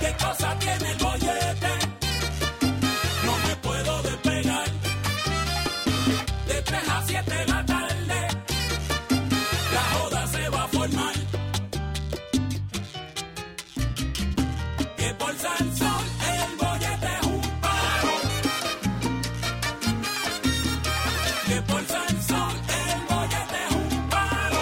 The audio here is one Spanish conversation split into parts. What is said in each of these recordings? ¿Qué cosa tiene el bollete? No me puedo despegar. De 3 a 7 de la tarde, la joda se va a formar. Que por San Sol el bollete es un paro. Que por San Sol el bollete es un paro.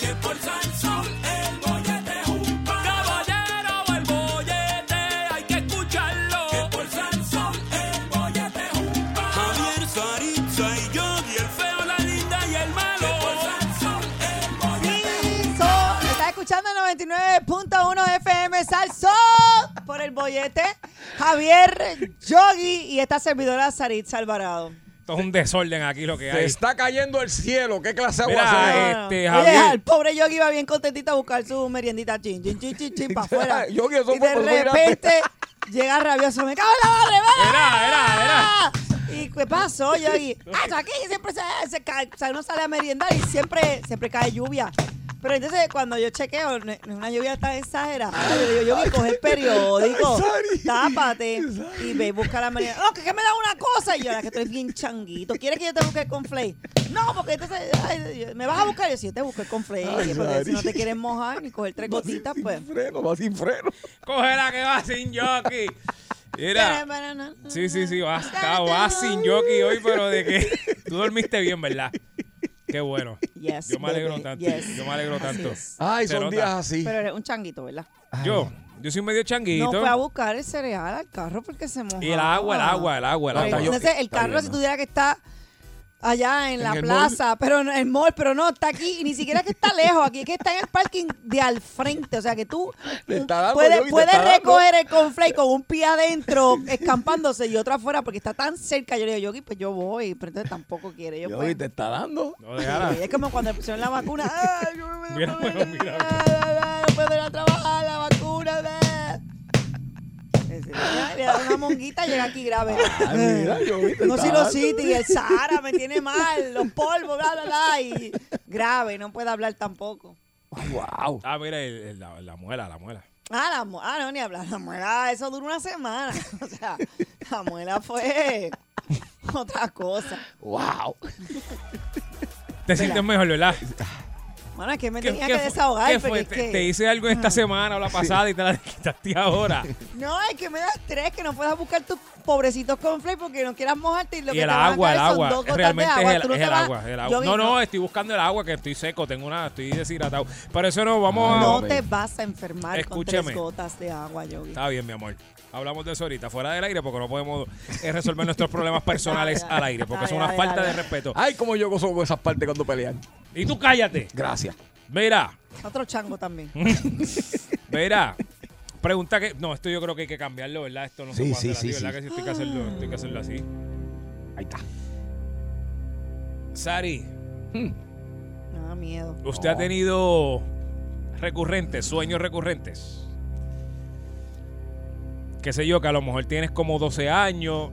Que por San Sol el bollete es un palo. Caballero, el bollete hay que escucharlo. Que por San Sol el bollete es un palo. Javier, Saritza y yo. Y el feo, la linda y el malo. Que por San Sol el bollete es un So, está escuchando el 99.1 FM Salso por el bollete. Javier Yogi y esta servidora Sarit Alvarado. Esto es un desorden aquí lo que Se hay. está cayendo el cielo. ¿Qué clase de Mira, aguacero? eh, Este, Oye, Javier. el pobre Yogi va bien contentito a buscar su meriendita chin, chin, chin, chin, chin, para afuera. Yogi, eso y fue de por subir repente llega rabioso, me cago en la madre, Era, era, ¡Ah! ¿Y qué pasó, Yogi? Ah, aquí siempre se, se cae, o sea, uno sale a merendar y siempre, siempre cae lluvia. Pero entonces cuando yo chequeo, no es una lluvia tan exagerada. Yo digo, Yogi, coge el periódico, Sorry. tápate y ve, busca la merienda. No, que, que me da una cosa. Y yo, la que estoy bien changuito. ¿Quieres que yo te busque con flay? No, porque entonces ay, me vas a buscar. Yo sí, te busqué con flay. Ay, porque si no te Sari. quieres mojar ni coger tres gotitas, sin pues. freno, va sin freno. Coge la que va sin jockey. Mira. Sí, sí, sí, vas, ca- vas sin jockey hoy, pero de que tú dormiste bien, ¿verdad? Qué bueno. Yes, yo me alegro baby, tanto. yes. Yo me alegro Así tanto. es. Ay, Se son nota. días así. Pero eres un changuito, ¿verdad? Yo, yo soy medio changuito. No fue a buscar el cereal al carro porque se mojó. y el agua, el agua, el agua, el Pero agua. yo- Entonces, el está carro, bien, si ¿no? tuviera que estar allá en, la el plaza, pero en el mall, pero no, está aquí, y ni siquiera que está lejos, aquí es que está en el parking de al frente. O sea que tú Le está dando, puedes, Yogi, te puedes está dando. recoger el conflay con un pie adentro, escampándose y otro afuera, porque está tan cerca. Yo le digo, Yogi, pues yo voy, pero entonces tampoco quiere. Yo, Yogi, pues, te está dando. No, déjala. es como cuando le pusieron la vacuna. Ay, yo me- Ah. Mira, me- mira, mira. No puedo ir a trabajar la vacuna. bla. Ese, mira, Le da una monguita y llega aquí grave. Ah, Ay, mira, Yogi, te No está si lo dando. City, el Sahara me tiene mal, los polvos, bla, bla, bla. Y grave, no puede hablar tampoco. Wow. Ah, mira, el- el- la, la muela, la muela. Ah, la, mu- ah, no, ni hablar. La muela, eso duró una semana. O sea, la muela fue otra cosa. Wow. Te sientes mejor, ¿verdad? Bueno, es que me ¿Qué- tenía qué que fue- desahogar. qué fue? porque es Te, que- te hice algo esta semana o la pasada y te la quitaste ahora. No, es que me da estrés que no puedas buscar tus pobrecitos conflakes porque no quieras mojarte y lo y que el te van a agua, el caer son agua. dos gotas de Realmente agua. Tú es el, no es te el vas- agua. es el agua. Yogi, No, no, estoy buscando el agua, que estoy seco, tengo una, estoy deshidratado. Pero eso no, vamos a. Ah, No te vas a enfermar con Escúchame. tres gotas de agua, Yogi. Está bien, mi amor. Hablamos de eso ahorita, fuera del aire, porque no podemos eh, resolver nuestros problemas personales al aire, porque es Dale, una dale, falta dale. de respeto. Ay, como yo gozo con esas partes cuando pelean. Y tú cállate. Gracias. Mira, Otro chango también. mira. Pregunta que. No, esto yo creo que hay que cambiarlo, ¿verdad? Esto no se Sí, puede sí, hacer así, sí, ¿verdad? Que sí, hay que hacerlo, hay que hacerlo así. Ahí está. Sari, Me da miedo. ¿usted ha No. tenido recurrentes, sueños recurrentes? Qué sé yo, que a lo mejor tienes como 12 años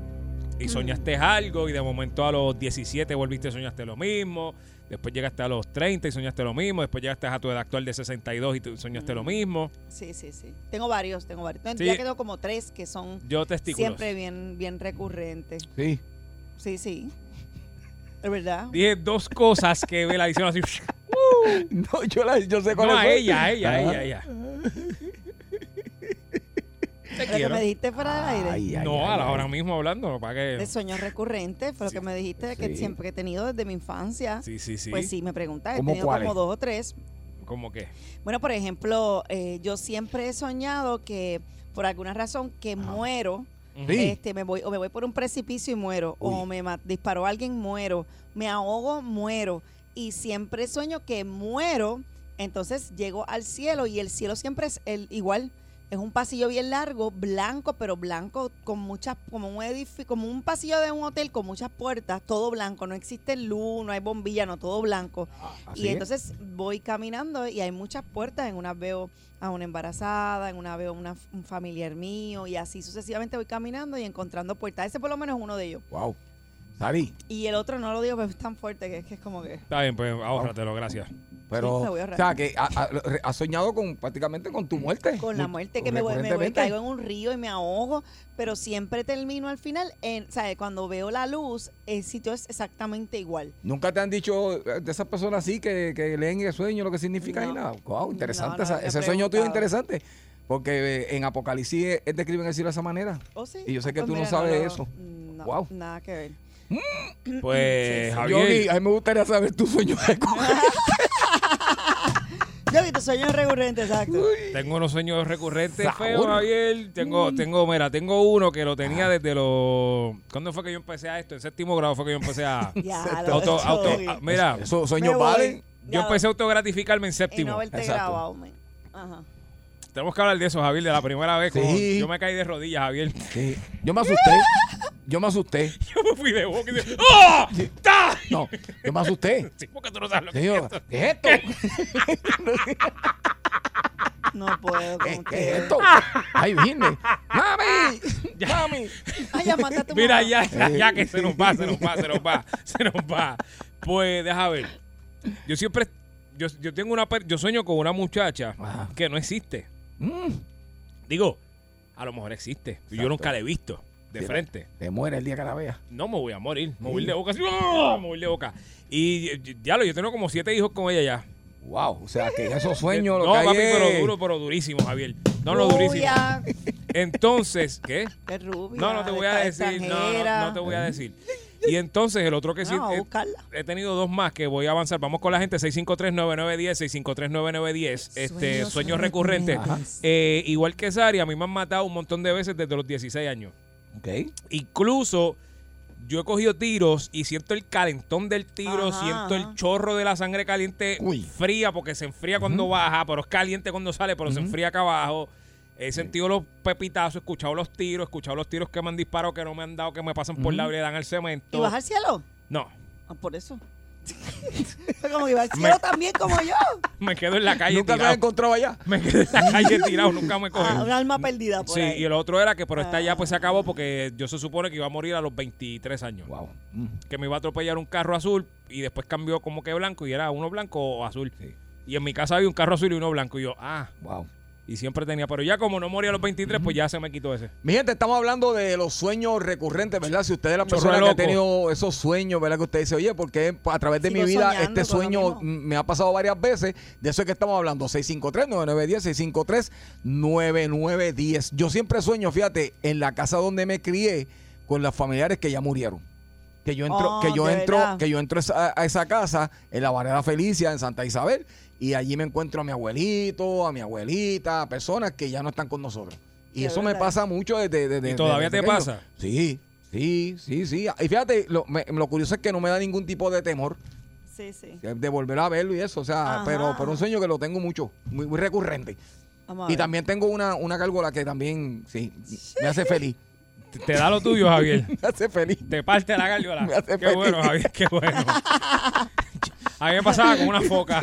y soñaste algo y de momento a los 17 volviste y soñaste lo mismo. Después llegaste a los 30 y soñaste lo mismo. Después llegaste a tu edad actual de 62 y tú soñaste lo mismo. Sí, sí, sí. Tengo varios, tengo varios. Sí. Ya quedo como tres que son Yo testículos. siempre bien, bien recurrentes. Sí. Sí, sí. ¿Es verdad? Dije dos cosas que ve la edición así. No, yo, la, yo sé cuál No, es. a ella, a ella, a Ah. ella, a ella. Te Lo que quiero. me dijiste fuera del aire. Ay, ay, No, ay, ay. ahora mismo hablando, para De que... sueños recurrentes, fue lo que me dijiste, que Sí. siempre que he tenido desde mi infancia. Sí, sí, sí. Pues sí, me preguntas, he ¿Cómo tenido cuáles? como dos o tres. ¿Cómo que? Bueno, por ejemplo, eh, yo siempre he soñado que por alguna razón que muero, Sí. este, me voy o me voy por un precipicio y muero, o Uy. me ma- disparó alguien muero, me ahogo muero y siempre sueño que muero, entonces llego al cielo y el cielo siempre es el igual. Es un pasillo bien largo, blanco, pero blanco con muchas, como un edificio, como un pasillo de un hotel con muchas puertas, todo blanco. No existe luz, no hay bombilla, no, todo blanco. así Y es. entonces voy caminando y hay muchas puertas. En una veo a una embarazada, en una veo una, un familiar mío y así sucesivamente voy caminando y encontrando puertas. Ese por lo menos es uno de ellos. Wow. Sari, Y el otro no lo digo, pero es tan fuerte que es, que es como que... Está bien, pues ahórratelo, gracias. pero. me voy a o sea, que ha- ha- re- has soñado con prácticamente con tu muerte. Con la Mu- muerte que me voy, me voy, recurrentemente. caigo en un río y me ahogo, pero siempre termino al final, en, ¿sabes? Cuando veo la luz, el sitio es exactamente igual. Nunca te han dicho eh, de esas personas así que, que leen el sueño, lo que significa y No. nada. Wow, interesante. No, no esa- me he ese sueño tuyo es preguntado. interesante. Porque eh, en Apocalipsis eh, él describe en el cielo de esa manera. ¿O sí? Y yo sé Ah, que pues tú no mira, sabes lo- eso. no, Guau. Nada que ver. Pues, Yogi, Javier. Eh, a mí me gustaría saber tu sueño de coger. Yo que tu sueño es recurrente, exacto. Tengo unos sueños recurrentes Por feos, favor. Javier. Tengo, Mm. tengo, mira, tengo uno que lo Ah. tenía desde los. ¿Cuándo fue que yo empecé a esto? En séptimo grado fue que yo empecé a. Ya, lo auto, estoy. auto, Me a- mira, Esos sueños voy. valen. Ya yo lo- empecé a autogratificarme en Y no séptimo. haberte Exacto. grabado, man. Ajá. Tenemos que hablar de eso, Javier, de la primera vez. como- Sí. Yo me caí de rodillas, Javier. Sí. Yo me asusté. Yo me asusté. Yo me fui de boca y dije, ¡Ah! ¡Ta! No, yo me asusté. Sí, porque tú no sabes lo que Señor, ¿qué es esto? No puedo con ¿Qué es ustedes. esto? Ahí vine. ¡Mami! ¡Mami! Ay, ya mata a tu Mira, mamá. ya, ya, ya que se nos va, se nos va, se nos va, se nos va. Pues deja ver. Yo siempre, yo, yo tengo una, per- yo sueño con una muchacha Ajá. que no existe. Mm, Digo, a lo mejor existe. Yo Exacto. nunca la he visto de Sí, frente. Te muere el día que la veas. No me voy a morir, me voy de boca, así, ¡ah! me voy de boca. Y y- ya lo, yo tengo como siete hijos con ella ya. Wow, o sea, que en esos sueños lo no, que hay papi, es- pero duro, pero durísimo, Javier. No, lo durísimo. Rubia, Entonces, ¿qué? qué rubia. No, no te voy a decir, no, no, no, te voy a decir. Y entonces el otro que sí, No, a eh, buscarla. he tenido dos más que voy a avanzar. Vamos con la gente 653-9910, 653-9910, este, Sueños sueños, recurrentes. recurrentes. Eh, igual que Sari, a mí me han matado un montón de veces desde los 16 años. Ok. Incluso yo he cogido tiros y siento el calentón del tiro, Ajá, ajá. siento el chorro de la sangre caliente Uy. fría porque se enfría cuando baja, pero es caliente cuando sale, pero se enfría acá abajo. He sentido los pepitazos, he escuchado los tiros, he escuchado los tiros que me han disparado, que no me han dado, que me pasan por la y le dan al ¿Y cemento. vas al cielo? No, Ah, por eso. Fue como que iba al cielo también como yo. me quedo en la calle Nunca te tirado. has encontrado allá. Me quedé en la calle tirado, nunca me Ah, cogen. un alma perdida por Sí, ahí. y el otro era que por esta ya pues se Ah. acabó porque yo se supone que iba a morir a los 23 años. Wow. Mm. Que me iba a atropellar un carro azul y después cambió como que blanco y era uno blanco o azul. Sí. Y en mi casa había un carro azul y uno blanco. Y yo, ah, Wow. y siempre tenía. Pero ya como no moría a los 23, pues ya se me quitó ese. Mi gente, estamos hablando de los sueños recurrentes, ¿verdad? Si usted es la Chorro persona que loco. ha tenido esos sueños, ¿verdad? Que usted dice, oye, porque a través de Sigo mi vida soñando este con lo sueño mismo. mm, me ha pasado varias veces. De eso es que estamos hablando. 653-9910, 653-9910. Yo siempre sueño, fíjate, en la casa donde me crié con las familiares que ya murieron. Que yo entro, Oh, que yo de entro, verdad. que yo entro esa- a esa casa, en la Barrera Felicia, en Santa Isabel, y allí me encuentro a mi abuelito, a mi abuelita, a personas que ya no están con nosotros. Y De eso me verdad. pasa mucho desde, desde- ¿Y desde todavía te pequeño. pasa? Sí, sí, sí, sí. Y fíjate, lo, me- lo curioso es que no me da ningún tipo de temor Sí, sí. de volver a verlo y eso. O sea, Ajá. pero, pero un sueño que lo tengo mucho, muy, muy recurrente. Vamos a Y ver. también tengo una, una gárgola que también, sí, me hace feliz. Te, te da lo tuyo, Javier. Me hace feliz. Te parte la gárgola. Me hace Qué bueno, feliz. Javier, qué bueno. A mí me pasaba con una foca.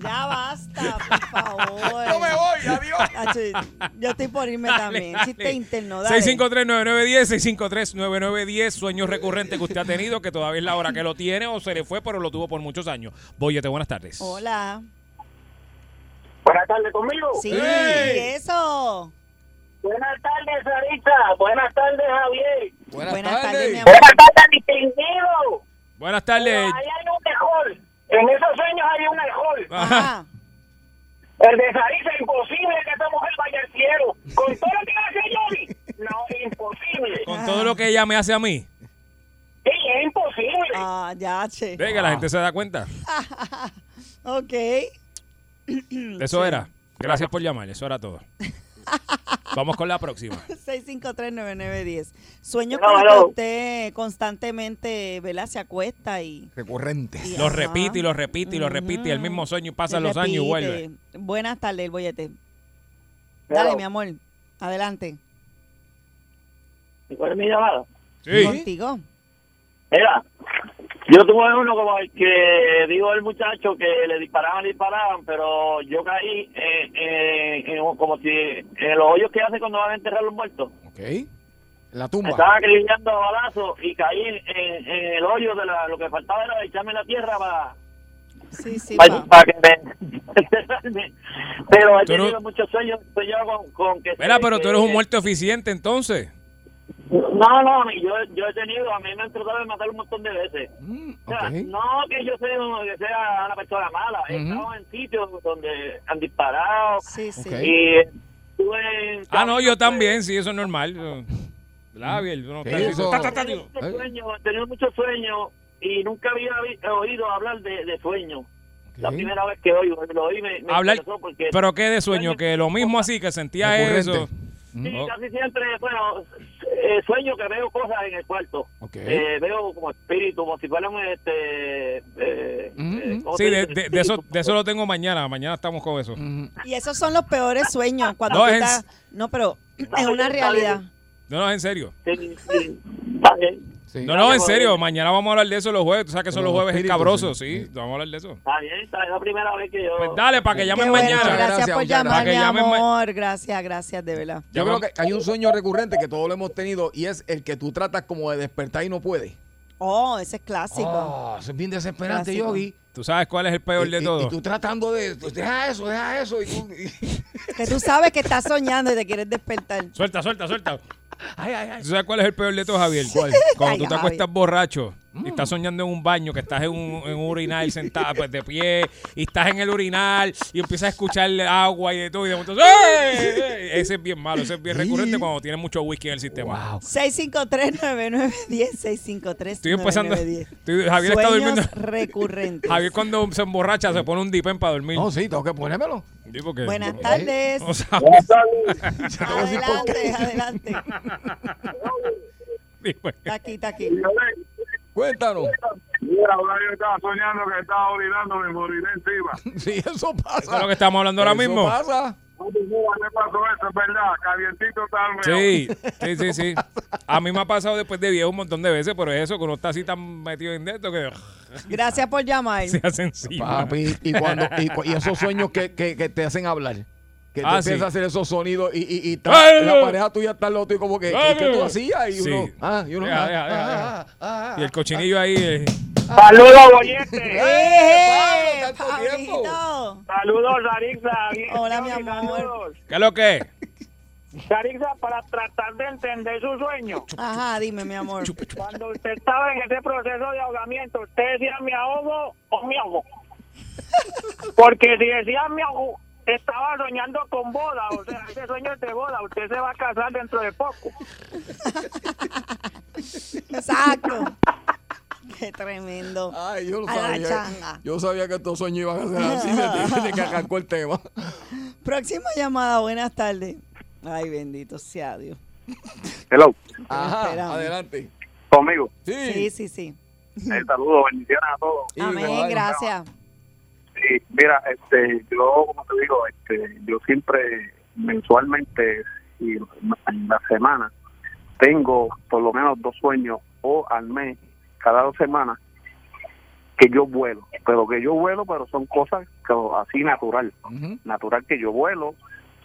Ya basta, por favor. Yo me voy, adiós. Tacho, yo estoy por irme también. Chiste interno, dale. 653-9910, 653-9910, sueños recurrentes que usted ha tenido, que todavía es la hora que lo tiene o se le fue, pero lo tuvo por muchos años. Boyete, buenas tardes. Hola. Buenas tardes conmigo. Sí, Uh, Ey. eso. Buenas tardes, Sarita. Buenas tardes, Javier. Buenas, Buenas tardes, mi amor. Buenas tardes, distinguido. Buenas Ahí Eh. tardes. hay un mejor. En esos sueños hay un Ah. mejor. Ajá. Ajá. El de Sarita, imposible que esta mujer vaya al cielo. Con todo lo que hace Yogi. No, imposible. Con todo lo que ella me hace a mí. Sí, es imposible. Ah, ya, che. Venga, la gente se da cuenta. Ok. Mm, Eso era. Gracias por llamar, eso era todo. Vamos con la próxima. 6539910. Sueño Hello, con el que hello. usted constantemente, ¿verdad? Se acuesta y Recurrentes. Sí. Lo Ajá. Mm. repite y lo repite y lo repite. y El mismo sueño y pasan los años repite. y vuelve. Buenas tardes, el bollete. Dale, Hello. mi amor. Adelante. ¿Y ¿Cuál es mi llamada? Sí. Contigo. Mira, yo tuve uno como el que dijo el muchacho que le disparaban, le disparaban, pero yo caí eh, eh, en- como si en los hoyos que hacen cuando van a enterrar los muertos. Ok. La Me tumba. estaba acribillando a balazos y caí en, en el hoyo de la, lo que faltaba era echarme la tierra para, Sí, sí. para, pa. que me... pero he Tú no- tenido muchos sueños, soñado con, con que... Mira, pero tú eres un que- muerto eficiente entonces. No, no, a mí- yo, yo he tenido, a mí me han tratado de matar un montón de veces. Mm, O sea, ok. No que yo sea, que sea una persona mala, he Ujú. estado en sitios donde han disparado Sí, sí. Ok. y estuve en... Ah, no, yo también, sí, eso es normal. Labiel, no Sí, estás- eso- ta, ta, He ta, digo. tenido muchos sueños, he tenido muchos sueños y nunca había vi- oído hablar de, de sueños. La Ok. primera vez que oigo, lo oí me, me Hablar, interesó porque pero qué de sueño, que lo mismo así, que sentías eso. Recurrente. sí, Oh. casi siempre, bueno, eh, sueño que veo cosas en el cuarto. Ok. Eh, veo como espíritu, como si fueran este... eh, Ujú. eh, ¿cómo Mm, Sí, se de, dice? de- de eso, Espíritu. de eso lo tengo mañana, mañana estamos con eso. Mm, Y esos son los peores sueños. Cuando No, tú es- estás- No, pero es una realidad. No, no, en serio. Sí, sí, está bien. sí. No, no, en serio, mañana vamos a hablar de eso los jueves, tú sabes que son Los los jueves espíritus, escabrosos, sí. sí, vamos a hablar de eso. Está bien, está bien, es la primera vez que yo... Pues dale, para que llamen Qué bueno, mañana. gracias, Gracias, por muchas llamar, mi gracias. Para que llamen ma- amor. Gracias, gracias, de verdad. Yo creo que hay un sueño recurrente que todos lo hemos tenido y es el que tú tratas como de despertar y no puedes. Oh, ese es clásico. Oh, eso es bien desesperante, Clásico. Yogi. Tú sabes cuál es el peor Y- de y- Y, todos. tú tratando de, pues, deja eso, deja eso. Y tú- y- Que tú sabes que estás soñando y te quieres despertar. Suelta, suelta, suelta. ay, ay, ay. ¿Tú sabes cuál es el peor de todos, Javier? ¿Cuál? Cuando Ay, tú te Javi. acuestas borracho Mm. y estás soñando en un baño, que estás en un, en un urinal sentado pues, de pie y estás en el urinal y empiezas a escuchar agua y de todo y de momento, ¡eh! ¡Eh! Ese es bien malo, ese es bien recurrente cuando tienes mucho whisky en el sistema. Wow. 653-9910, 653 Estoy empezando. 9910. estoy- Javier está Sueños durmiendo. recurrentes. Javier cuando se emborracha se pone un dipen para dormir. No, sí, tengo que ponérmelo. Sí, porque- Buenas no- tardes. no sabe. Buenas tardes. te voy a decir por Adelante, adelante. Sí, pues. Está aquí, está aquí. Yo le- Cuéntanos. Mira, ahora yo estaba soñando que estaba orinando, me moriría encima. Sí, eso pasa. Eso es lo que estamos hablando ahora Eso mismo. pasa. ¿Qué pasó eso? Es verdad, calientito está el Sí, sí, sí, sí. A mí me ha pasado después de viejo un montón de veces, pero es eso, que uno está así tan metido en esto que Gracias por llamar. se hace encima. Papi, y, cuando, y, cu- y esos sueños que, que, que te hacen hablar. Que te Ah, empiezas sí. a hacer esos sonidos y, y, y ta- Ay, la no. pareja tuya está al otro y como que, Ay, ¿qué que tú no. hacías? Y Sí. uno, ah, y uno, Deja, ah, deja, deja, ah, deja. ah, ah, Y el cochinillo ahí. eh. Saludos, bollete. ¡Eh, Pablo, tanto tiempo. Pablito! Saludos, Sarixa. Hola, mi amor. Saludos. ¿Qué es lo que es? Sarixa, para tratar de entender su sueño, Ajá, dime, mi amor. cuando usted estaba en ese proceso de ahogamiento, ¿usted decía me ahogo o me ahogo? Porque si decía me ahogo, estaba soñando con boda. O sea, ese sueño es de boda. Usted se va a casar dentro de poco. Exacto. Qué tremendo. Ay, yo lo A la sabía. changa. Yo sabía que estos sueños iban a ser así desde, desde que arrancó el tema. Próxima llamada, buenas tardes. Ay, bendito sea Dios. Hello, Ajá, Esperamos. adelante. conmigo. Sí. Sí, sí, sí. El saludo, Eh, bendiciones a todos. Amén, Igual. gracias. Sí, mira, este, yo, como te digo, este, yo siempre mensualmente y en la semana tengo por lo menos dos sueños o al mes, cada dos semanas, que yo vuelo. Pero que yo vuelo, pero son cosas que- así natural. Ujú. Natural que yo vuelo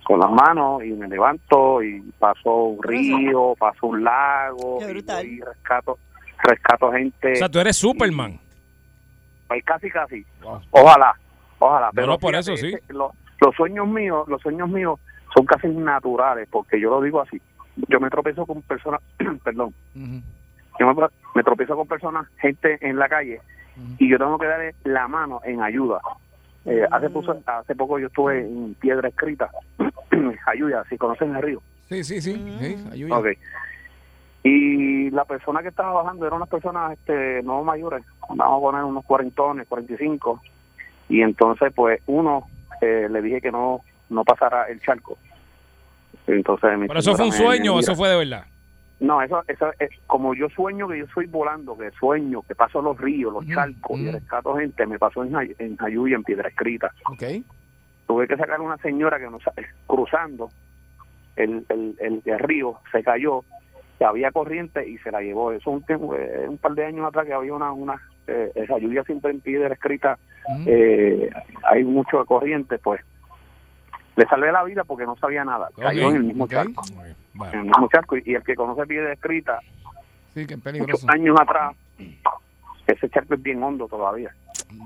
con las manos y me levanto y paso un río, paso un lago Qué y brutal. voy y rescato, rescato gente. O sea, tú eres Superman. Pues casi, casi. Wow. Ojalá, ojalá. no, por eso, sí. que Los, los sueños míos, los sueños míos son casi naturales, porque yo lo digo así. Yo me tropiezo con personas, perdón, Ujú. yo me, me tropiezo con personas, gente en la calle, y yo tengo que darle la mano en ayuda. Eh, Mm. hace, poco, hace poco yo estuve en Piedra Escrita, ayuda, si conocen el río. Sí, sí, sí. sí, ayuda. Ok. Y la persona que estaba bajando era una persona este, no mayores, vamos a poner unos cuarentones, 45. Y entonces, pues, uno eh, le dije que no, no pasara el charco. Entonces, mi ¿Pero eso señora fue un me- sueño me o mira. eso fue de verdad? No, eso, eso es como yo sueño que yo soy volando, que sueño, que paso los ríos, los Ujú, charcos ujú. y rescato gente, me pasó en, Jay- en Jayuya, en Piedra Escrita. Ok. Tuve que sacar una señora que nos cruzando el, el, el- el río, se cayó, que había corriente y se la llevó. Eso un, tiempo, eh, un par de años atrás que había una, una eh, en Jayuya siempre en Piedra Escrita Ujú. eh, hay mucho corriente, pues le salvé la vida porque no sabía nada. Ok, Cayó en el mismo ok. charco. En Bueno, el mismo charco. Y, y el que conoce piedra escrita, Sí, que es muchos peligroso. años atrás, ese charco es bien hondo todavía.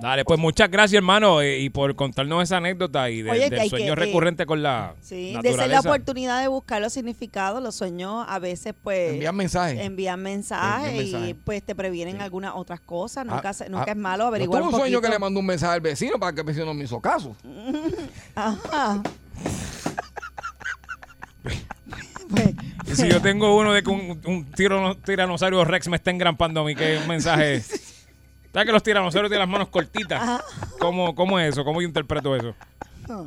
dale, pues muchas gracias, hermano, eh, y por contarnos esa anécdota y de- Oye, que del hay sueño que- recurrente con la Sí, de ser la naturaleza. oportunidad de buscar los significados, los sueños a veces pues Envían mensajes. envían mensajes Envían mensajes. y pues te previenen algunas otras cosas. Nunca, Ah, se- nunca ah, es malo Yo averiguar tuve un un sueño que poquito. le mandó un mensaje al vecino para que el vecino me hizo caso. Ajá. Pues, Y si yo tengo uno de que un, un tirano- tiranosaurio Rex me está engrampando a mí, que un mensaje. ¿Sabes que los tiranosaurios tienen las manos cortitas? ¿Cómo, ¿Cómo es eso? ¿Cómo yo interpreto eso? no,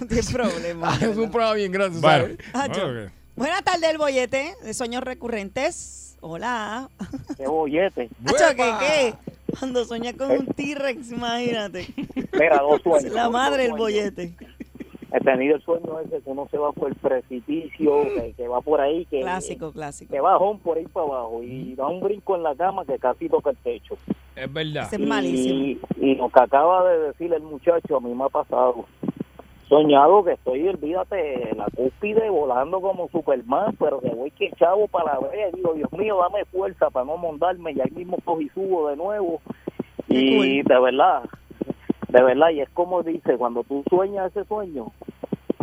no tiene problema. Ah, es un ¿verdad? programa bien grande, Vale. ¿sabes? Ah, yo. Bueno, ok. Buenas tardes, el bollete de sueños recurrentes. Hola. ¡Qué bollete! Acho, ¿qué, ¡Uepa! qué? Cuando sueña con un T-Rex, imagínate. Mira, dos sueños. La madre del Dos sueños. bollete. He tenido el sueño ese que uno se va por el precipicio, que, que va por ahí, que, Clásico, clásico. que bajón por ahí para abajo y da un brinco en la cama que casi toca el techo. Es verdad. Ese es Y- malísimo. Y, lo que acaba de decir el muchacho a mí me ha pasado. Soñado que estoy, olvídate, en la cúspide volando como Superman, pero que voy que chavo para la brea. y Digo, Dios mío, dame fuerza para no montarme. Y ahí mismo cojo y subo de nuevo. Y de verdad, de verdad, y es como dice, cuando tú sueñas ese sueño,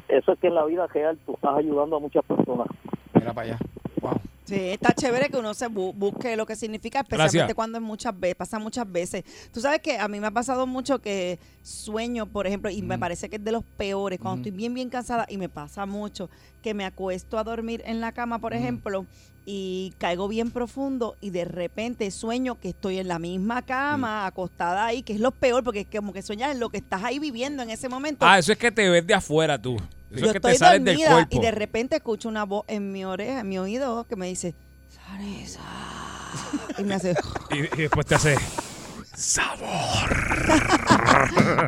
eso es que en la vida real tú estás ayudando a muchas personas. Mira para allá. Wow. Sí, está chévere que uno se bu- busque lo que significa, especialmente Gracias. cuando es muchas veces, pasa muchas veces. Tú sabes que a mí me ha pasado mucho que sueño, por ejemplo, y me parece que es de los peores, cuando estoy bien, bien cansada, y me pasa mucho, que me acuesto a dormir en la cama, por ejemplo, y caigo bien profundo y de repente sueño que estoy en la misma cama, acostada ahí, que es lo peor, porque es que como que sueñas en lo que estás ahí viviendo en ese momento. Ah, eso es que te ves de afuera tú. Eso Yo es que estoy te sales del dormida cuerpo. y de repente escucho una voz en mi oreja, en mi oído, que me dice, Sarisa. Y me hace, Y, y después te hace.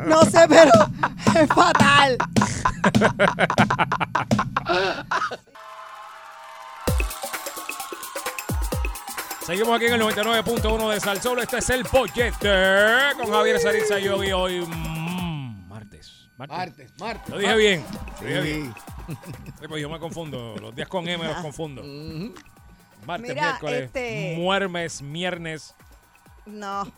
no sé, pero es fatal. Seguimos aquí en el 99.1 de Salsolo. Este es el Pollete con Javier Saritza y Yogi hoy. mm, martes. Martes. Martes, martes. Lo dije bien. Lo dije bien. Sí. Sí, pues yo me confundo. Los días con M los confundo. Martes, Mira, miércoles, este- muermes, viernes. No,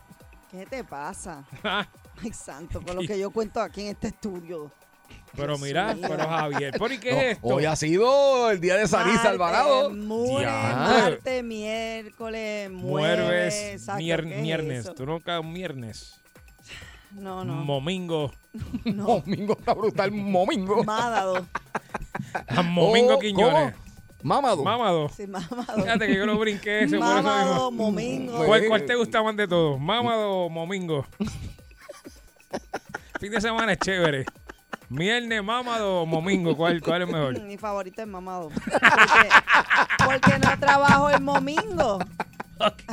¿qué te pasa? Ay, santo, con lo que yo cuento aquí en este estudio. Pero mira, mío. pero Javier, ¿por y qué No, es esto? Hoy ha sido el día de Sarisa Martes, Alvarado. Lunes, Ya. martes, miércoles, Muerves, mueves, mier- viernes. Tú nunca un viernes. No, no, Momingo. no. Domingo está brutal, momingo. Mádado. Momingo Oh, Quiñones. ¿cómo? Mamado. Mámado. Sí, mamado. Fíjate que yo lo brinqué ese, por eso Mamado, mismo. momingo. Pues, ¿Cuál, cuál te gusta más de todos? Mámado o Momingo. fin de semana es chévere. Viernes, mámado o momingo, ¿cuál, cuál es mejor? Mi favorito es mamado. Porque, porque no trabajo el momingo.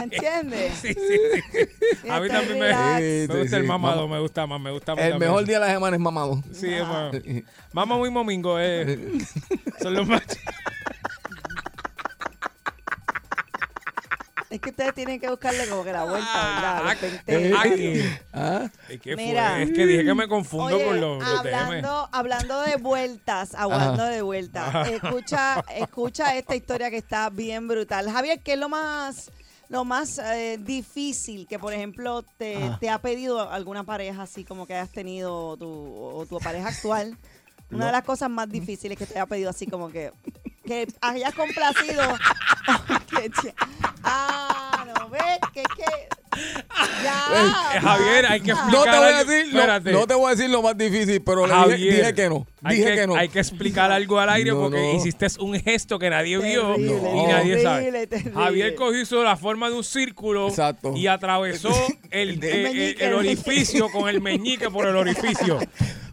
¿Entiendes? Sí, sí, sí. A mí Estoy también me, relax. me Sí, sí, gusta el sí. mamado, me gusta más, me gusta más. El también. mejor día de la semana es mamado. Eh, Sí, es más. Mamá muy momingo, eh. Son los más. Es que ustedes tienen que buscarle como que la Ah, vuelta, ¿verdad? De repente. Aquí. eh, Ah, ¿Y qué Mira. fue? Es que dije que me confundo Oye, con los, los DM. hablando, hablando de vueltas, hablando de vueltas, escucha, escucha esta historia que está bien brutal. Javier, ¿qué es lo más, lo más eh, difícil que, por ejemplo, te, Ah. te ha pedido alguna pareja así como que hayas tenido tu, o tu pareja actual? Una de las cosas más difíciles que te haya pedido así como que, que hayas complacido. Que ya- ah, no ves, que es que... Ya, Eh, Javier, hay que basta. No te voy a algo. decir, lo- Espérate. no te voy a decir lo más difícil, pero le dije, Javier, dije que no. hay Dije que, no. Hay que explicar algo al aire No, porque no. hiciste un gesto que nadie vio Terrible, y nadie terrible, sabe. terrible. Javier cogió hizo la forma de un círculo Exacto. y atravesó el, El eh, eh, meñique. el orificio con el meñique por el orificio.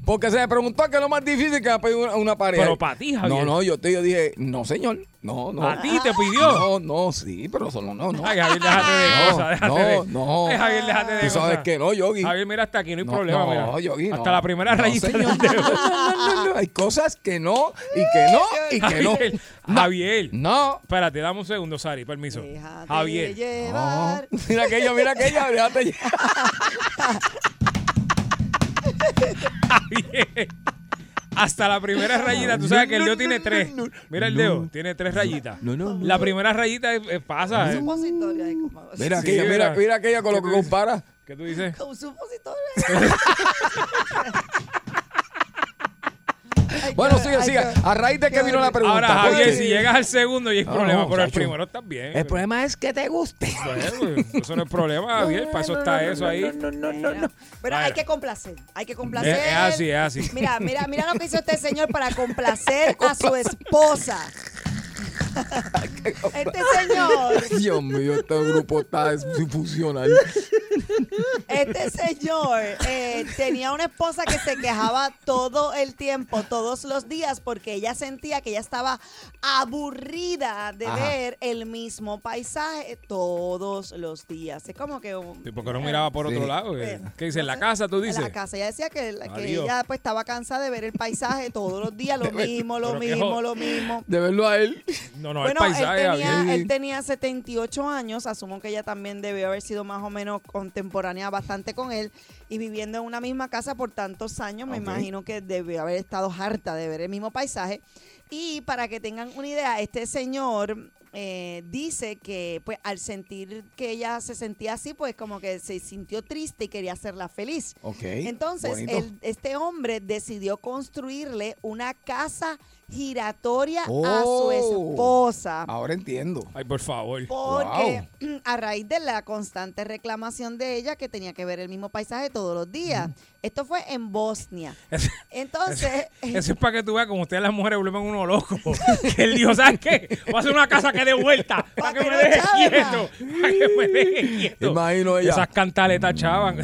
Porque se me preguntó que es lo más difícil que va a pedir una, una pareja. Pero para ti, Javier. No, no, yo, te, yo dije, no, señor. No, no. A ti te No, pidió. no, sí, pero solo no, no. Ay, Javier, déjate de No, cosas. déjate no, de- no. Ay, Javier, déjate de Tú sabes cosas. que no, Yogi. Javier, mira, hasta aquí no hay No, problema. no, mira. Yogi, no. hasta la primera No, rayita señor. del dedo. No, no, no, no. Hay cosas que no, y que no, y que no. Javier, Javier. No. Espérate, dame un segundo, Sari, permiso. Déjate Javier. llevar. Mira aquello, mira aquello, déjate ya. Javier. Hasta la primera rayita, tú sabes que el No, dedo no, tiene no, tres. no, no. Mira el dedo, tiene tres rayitas. No, no, no. La primera rayita eh, eh, pasa. eh. Un supositorio ahí, como- Mira Sí, aquella, mira, mira. mira aquella con lo ¿Qué que tú dices? compara. ¿Qué tú dices? Como un supositorio. Ay, Bueno, qué- sigue, ay, sigue. qué- A raíz de que qué vino la horrible. pregunta. Ahora, Javier, porque- si llegas al segundo y hay No, problema, no, pero el chacho. primero estás bien. El problema es que te guste. Bueno, Eso no es problema, Javier. Para eso está eso ahí. Pero Vaya. hay que complacer, hay que complacer. Eh, Es- es así, es así. Mira, mira, mira lo que hizo este señor para complacer a su esposa. Este señor, Dios mío, este grupo está disfuncional. este señor eh, tenía una esposa que se quejaba todo el tiempo, todos los días, porque ella sentía que ella estaba aburrida de Ajá. ver el mismo paisaje todos los días. Es como que un, Sí, porque no miraba por otro Sí. lado. eh. Bueno, ¿Qué dice? ¿En la entonces, casa tú en dices? la casa. Ella decía que, que Adiós. ella pues estaba cansada de ver el paisaje todos los días, lo mismo, lo pero qué mismo, jod- lo mismo. De verlo a él. No, no, el Bueno, paisaje, él, tenía, Javier. él tenía 78 años, asumo que ella también debió haber sido más o menos contemporánea bastante con él y viviendo en una misma casa por tantos años, me Ok. imagino que debió haber estado harta de ver el mismo paisaje. Y para que tengan una idea, este señor eh, dice que pues al sentir que ella se sentía así, pues como que se sintió triste y quería hacerla feliz. Ok. Entonces, bonito. el- este hombre decidió construirle una casa giratoria a Oh. Ah, su esposa. Ahora entiendo. Ay, por favor. Porque a raíz de la constante reclamación de ella que tenía que ver el mismo paisaje todos los días. Esto fue en Bosnia. Entonces, Eso es para que tú veas como ustedes las mujeres vuelven uno loco. que él dijo, ¿sabes qué? Voy a hacer una casa que dé vuelta Pa' para que que me no deje chave, quieto. Para que me deje quieto. Imagino ella. Esas cantaletas chavan.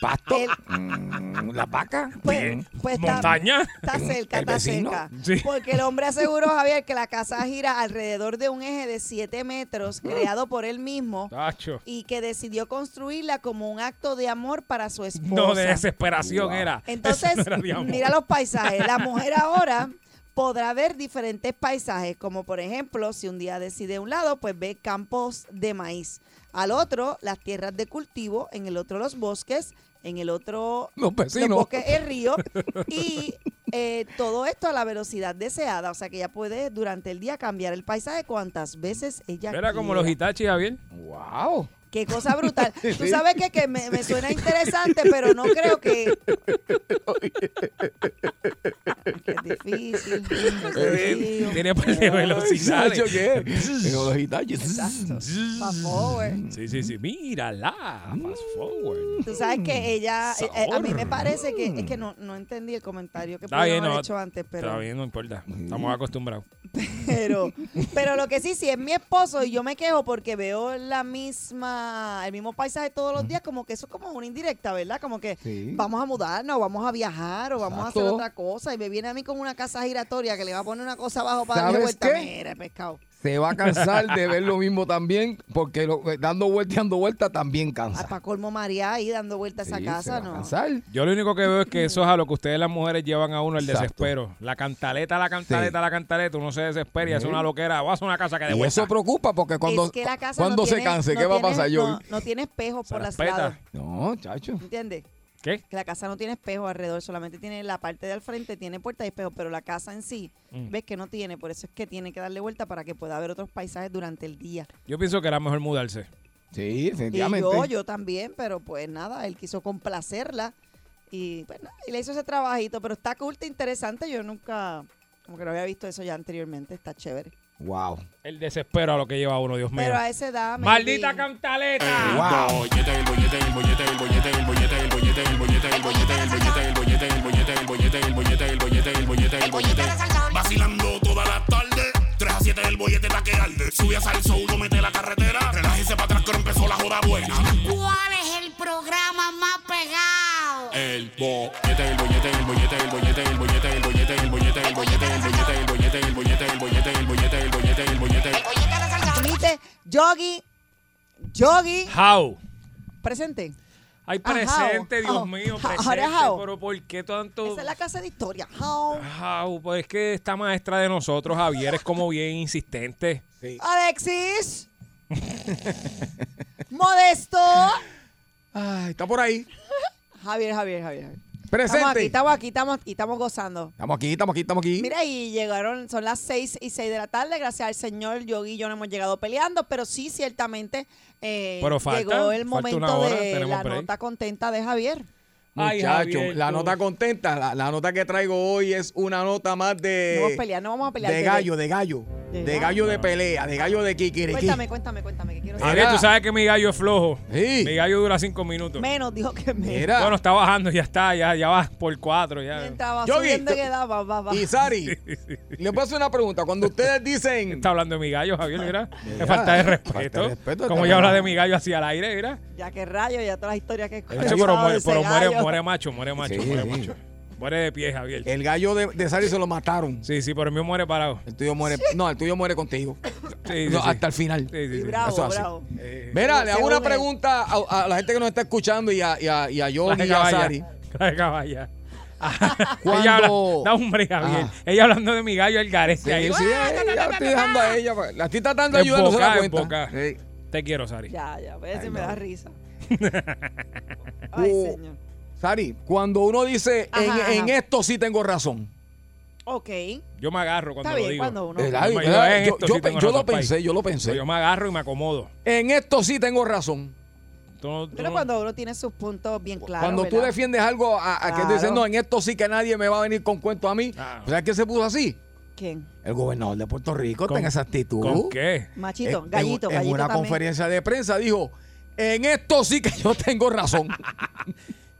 Pasto. él- Mm, La vaca. pues, pues está- Montaña. Está cerca, El está vecino. cerca. Sí. Porque el hombre aseguró, Javier, que la casa gira alrededor de un eje de 7 metros creado por él mismo Tacho. y que decidió construirla como un acto de amor para su esposa. No, de desesperación era. Eso Entonces, no era de amor. mira los paisajes. La mujer ahora podrá ver diferentes paisajes, como por ejemplo, si un día decide un lado, pues ve campos de maíz. Al otro, las tierras de cultivo, en el otro los bosques, en el otro Los los vecinos. bosques, el río y eh, todo esto a la velocidad deseada. O sea que ella puede durante el día cambiar el paisaje cuantas veces ella Era como quiera. los Hitachi, Javier. Wow. Qué cosa brutal. Tú sabes que, que me, me suena interesante, pero no creo que. Qué difícil. Dios mío. Tiene par de velocidades. Nacho, ¿qué? Tengo los detalles. Fast forward. Sí, sí, sí. Mírala. Fast forward. Tú sabes que ella. eh, eh, a mí me Sabor. parece que. Es que no, no entendí el comentario que Está pudieron bien, haber no, hecho antes, Está pero. bien, no importa. Mm. Estamos acostumbrados. Pero, pero lo que sí, si es mi esposo y yo me quejo porque veo la misma, el mismo paisaje todos los días, como que eso es como una indirecta, ¿verdad? Como que Sí. vamos a mudarnos, vamos a viajar o vamos a hacer Exacto. otra cosa. Y me viene a mí con una casa giratoria que le va a poner una cosa abajo para darle ¿Sabes vuelta. qué? Mira, pescado. Se va a cansar de ver lo mismo también, porque lo- eh, dando vuelta y dando vuelta también cansa. Ah, para colmo María ahí dando vuelta a esa Sí, se va casa, a ¿no? cansar. Yo lo único que veo es que eso es a lo que ustedes las mujeres llevan a uno el Exacto. desespero. La cantaleta, la cantaleta, la cantaleta. Uno se desespera y hace una loquera. O hace una casa que de Y vuelta. eso preocupa porque cuando, Es que la casa no cuando se tiene- canse, no ¿qué va a tiene- pasar, yo? No, no tiene espejos Se por las las peta. lados, No, chacho. ¿entiendes? ¿Qué? que la casa no tiene espejo alrededor, solamente tiene la parte de al frente, tiene puerta y espejo, pero la casa en sí, ves que no tiene, por eso es que tiene que darle vuelta para que pueda ver otros paisajes durante el día. Yo pienso que era mejor mudarse. Sí, Y definitivamente. yo, yo también, pero pues nada, él quiso complacerla y, pues, nada, y le hizo ese trabajito, pero está cool, está interesante, yo nunca, como que no había visto eso ya anteriormente, está chévere. Wow. El desespero a lo que lleva uno, Dios mío. Pero a esa edad... maybe- ¡Maldita cantaleta! Wow. Vacilando toda la tarde, 3 a 7 el bollete está que arde. Subí a salso, uno mete la carretera. Relájese para atrás que ahora empezó la joda buena. ¿Cuál es el programa más pegado? El bollete, el bollete, el bollete, el bollete, el bollete, el bollete, el bollete, el bollete, el bollete, el bollete, el bollete, el bollete, el bollete, el bollete, el bollete. Permite, Yogi, Yogi, How. presente. Ay, Ah, presente, how. Dios Oh, mío, how, presente. how. Pero ¿por qué tanto? Esa es la casa de historia. How? How, pues es que esta maestra de nosotros, Javier, es como bien insistente. Alexis. Modesto. Ay, está por ahí. Javier, Javier, Javier. Javier. Estamos aquí, Presente. estamos aquí, estamos aquí, estamos gozando. Estamos aquí, estamos aquí, estamos aquí. Mira, y llegaron, son las 6 y 6 de la tarde, gracias al Señor, Yogi y yo no hemos llegado peleando, pero sí, ciertamente, eh, Pero falta, llegó el falta momento una hora, de tenemos la break. nota contenta de Javier. Ay, Muchachos, Javier, la tú. nota contenta, la, la nota que traigo hoy es una nota más de. Eh, No vamos a pelear, no vamos a pelear, De bebé. gallo, de gallo. De De, gallo. gallo de pelea, de gallo de kikiriki. Cuéntame, cuéntame, cuéntame, que quiero saber. Javier, tú sabes que mi gallo es flojo. Sí. Mi gallo dura cinco minutos. Menos, dijo que menos. Mira. Bueno, está bajando, ya está, ya, ya vas por cuatro. Ya. Mientras va Yogi, subiendo te- que da, va, va, va. Y Sari, le puedo hacer una pregunta. Cuando ustedes dicen. Está hablando de mi gallo, Javier, mira. Ah, Mira, Es falta de falta de respeto. respeto, Como está ella habla de mal. mi gallo hacia el aire, mira. Ya que rayo, ya todas las historias que he Chacho, pero escuchado de muere, ese pero muere, gallo. muere macho, muere macho, Sí, muere sí. macho. Muere de pie, Javier. El gallo de, de Sari se lo mataron. Sí, sí, pero el mío muere parado. El tuyo muere. No, el tuyo muere contigo. Sí, sí, No, sí. Hasta el final. Sí, sí, Y sí. bravo, Eso hace. bravo. Mira, le hago una Según él. pregunta a, a la gente que nos está escuchando y a, y a, y a La Yogi de y a caballa. Sari. La de caballa. Cuando- Ella habla, da hombre, Javier. Ah. Ella hablando de mi gallo, el Sí, garete. ahí. sí, eh, ya estoy dejando a ella. pues. La estoy tratando de Es ayudar, no se boca, da es cuenta. boca. Sí. Te quiero, Sari. Ya, ya, a veces Ay, me no. da risa. Ay, Oh. señor. Sari, cuando uno dice Ajá, en, ajá. en esto sí tengo razón. Ok, Yo me agarro cuando está lo bien, digo. cuando uno... ¿Verdad? yo me- ¿Verdad? yo en Eh, Yo, esto yo sí pe- tengo yo razón, lo pensé, yo lo pensé. Pues Yo me agarro y me acomodo. En esto sí tengo razón. Tú no- tú Pero no- cuando uno tiene sus puntos bien claros. cuando tú ¿verdad? defiendes algo a, a que tú dices, Claro. no, en esto sí que nadie me va a venir con cuento a mí. pues, Claro. ¿Sabes qué se puso así? ¿Quién? El gobernador de Puerto Rico ¿Con- está en esa actitud. ¿Con qué? En- Machito, en- gallito, en, gallito una también. conferencia de prensa dijo, en esto sí que yo tengo razón.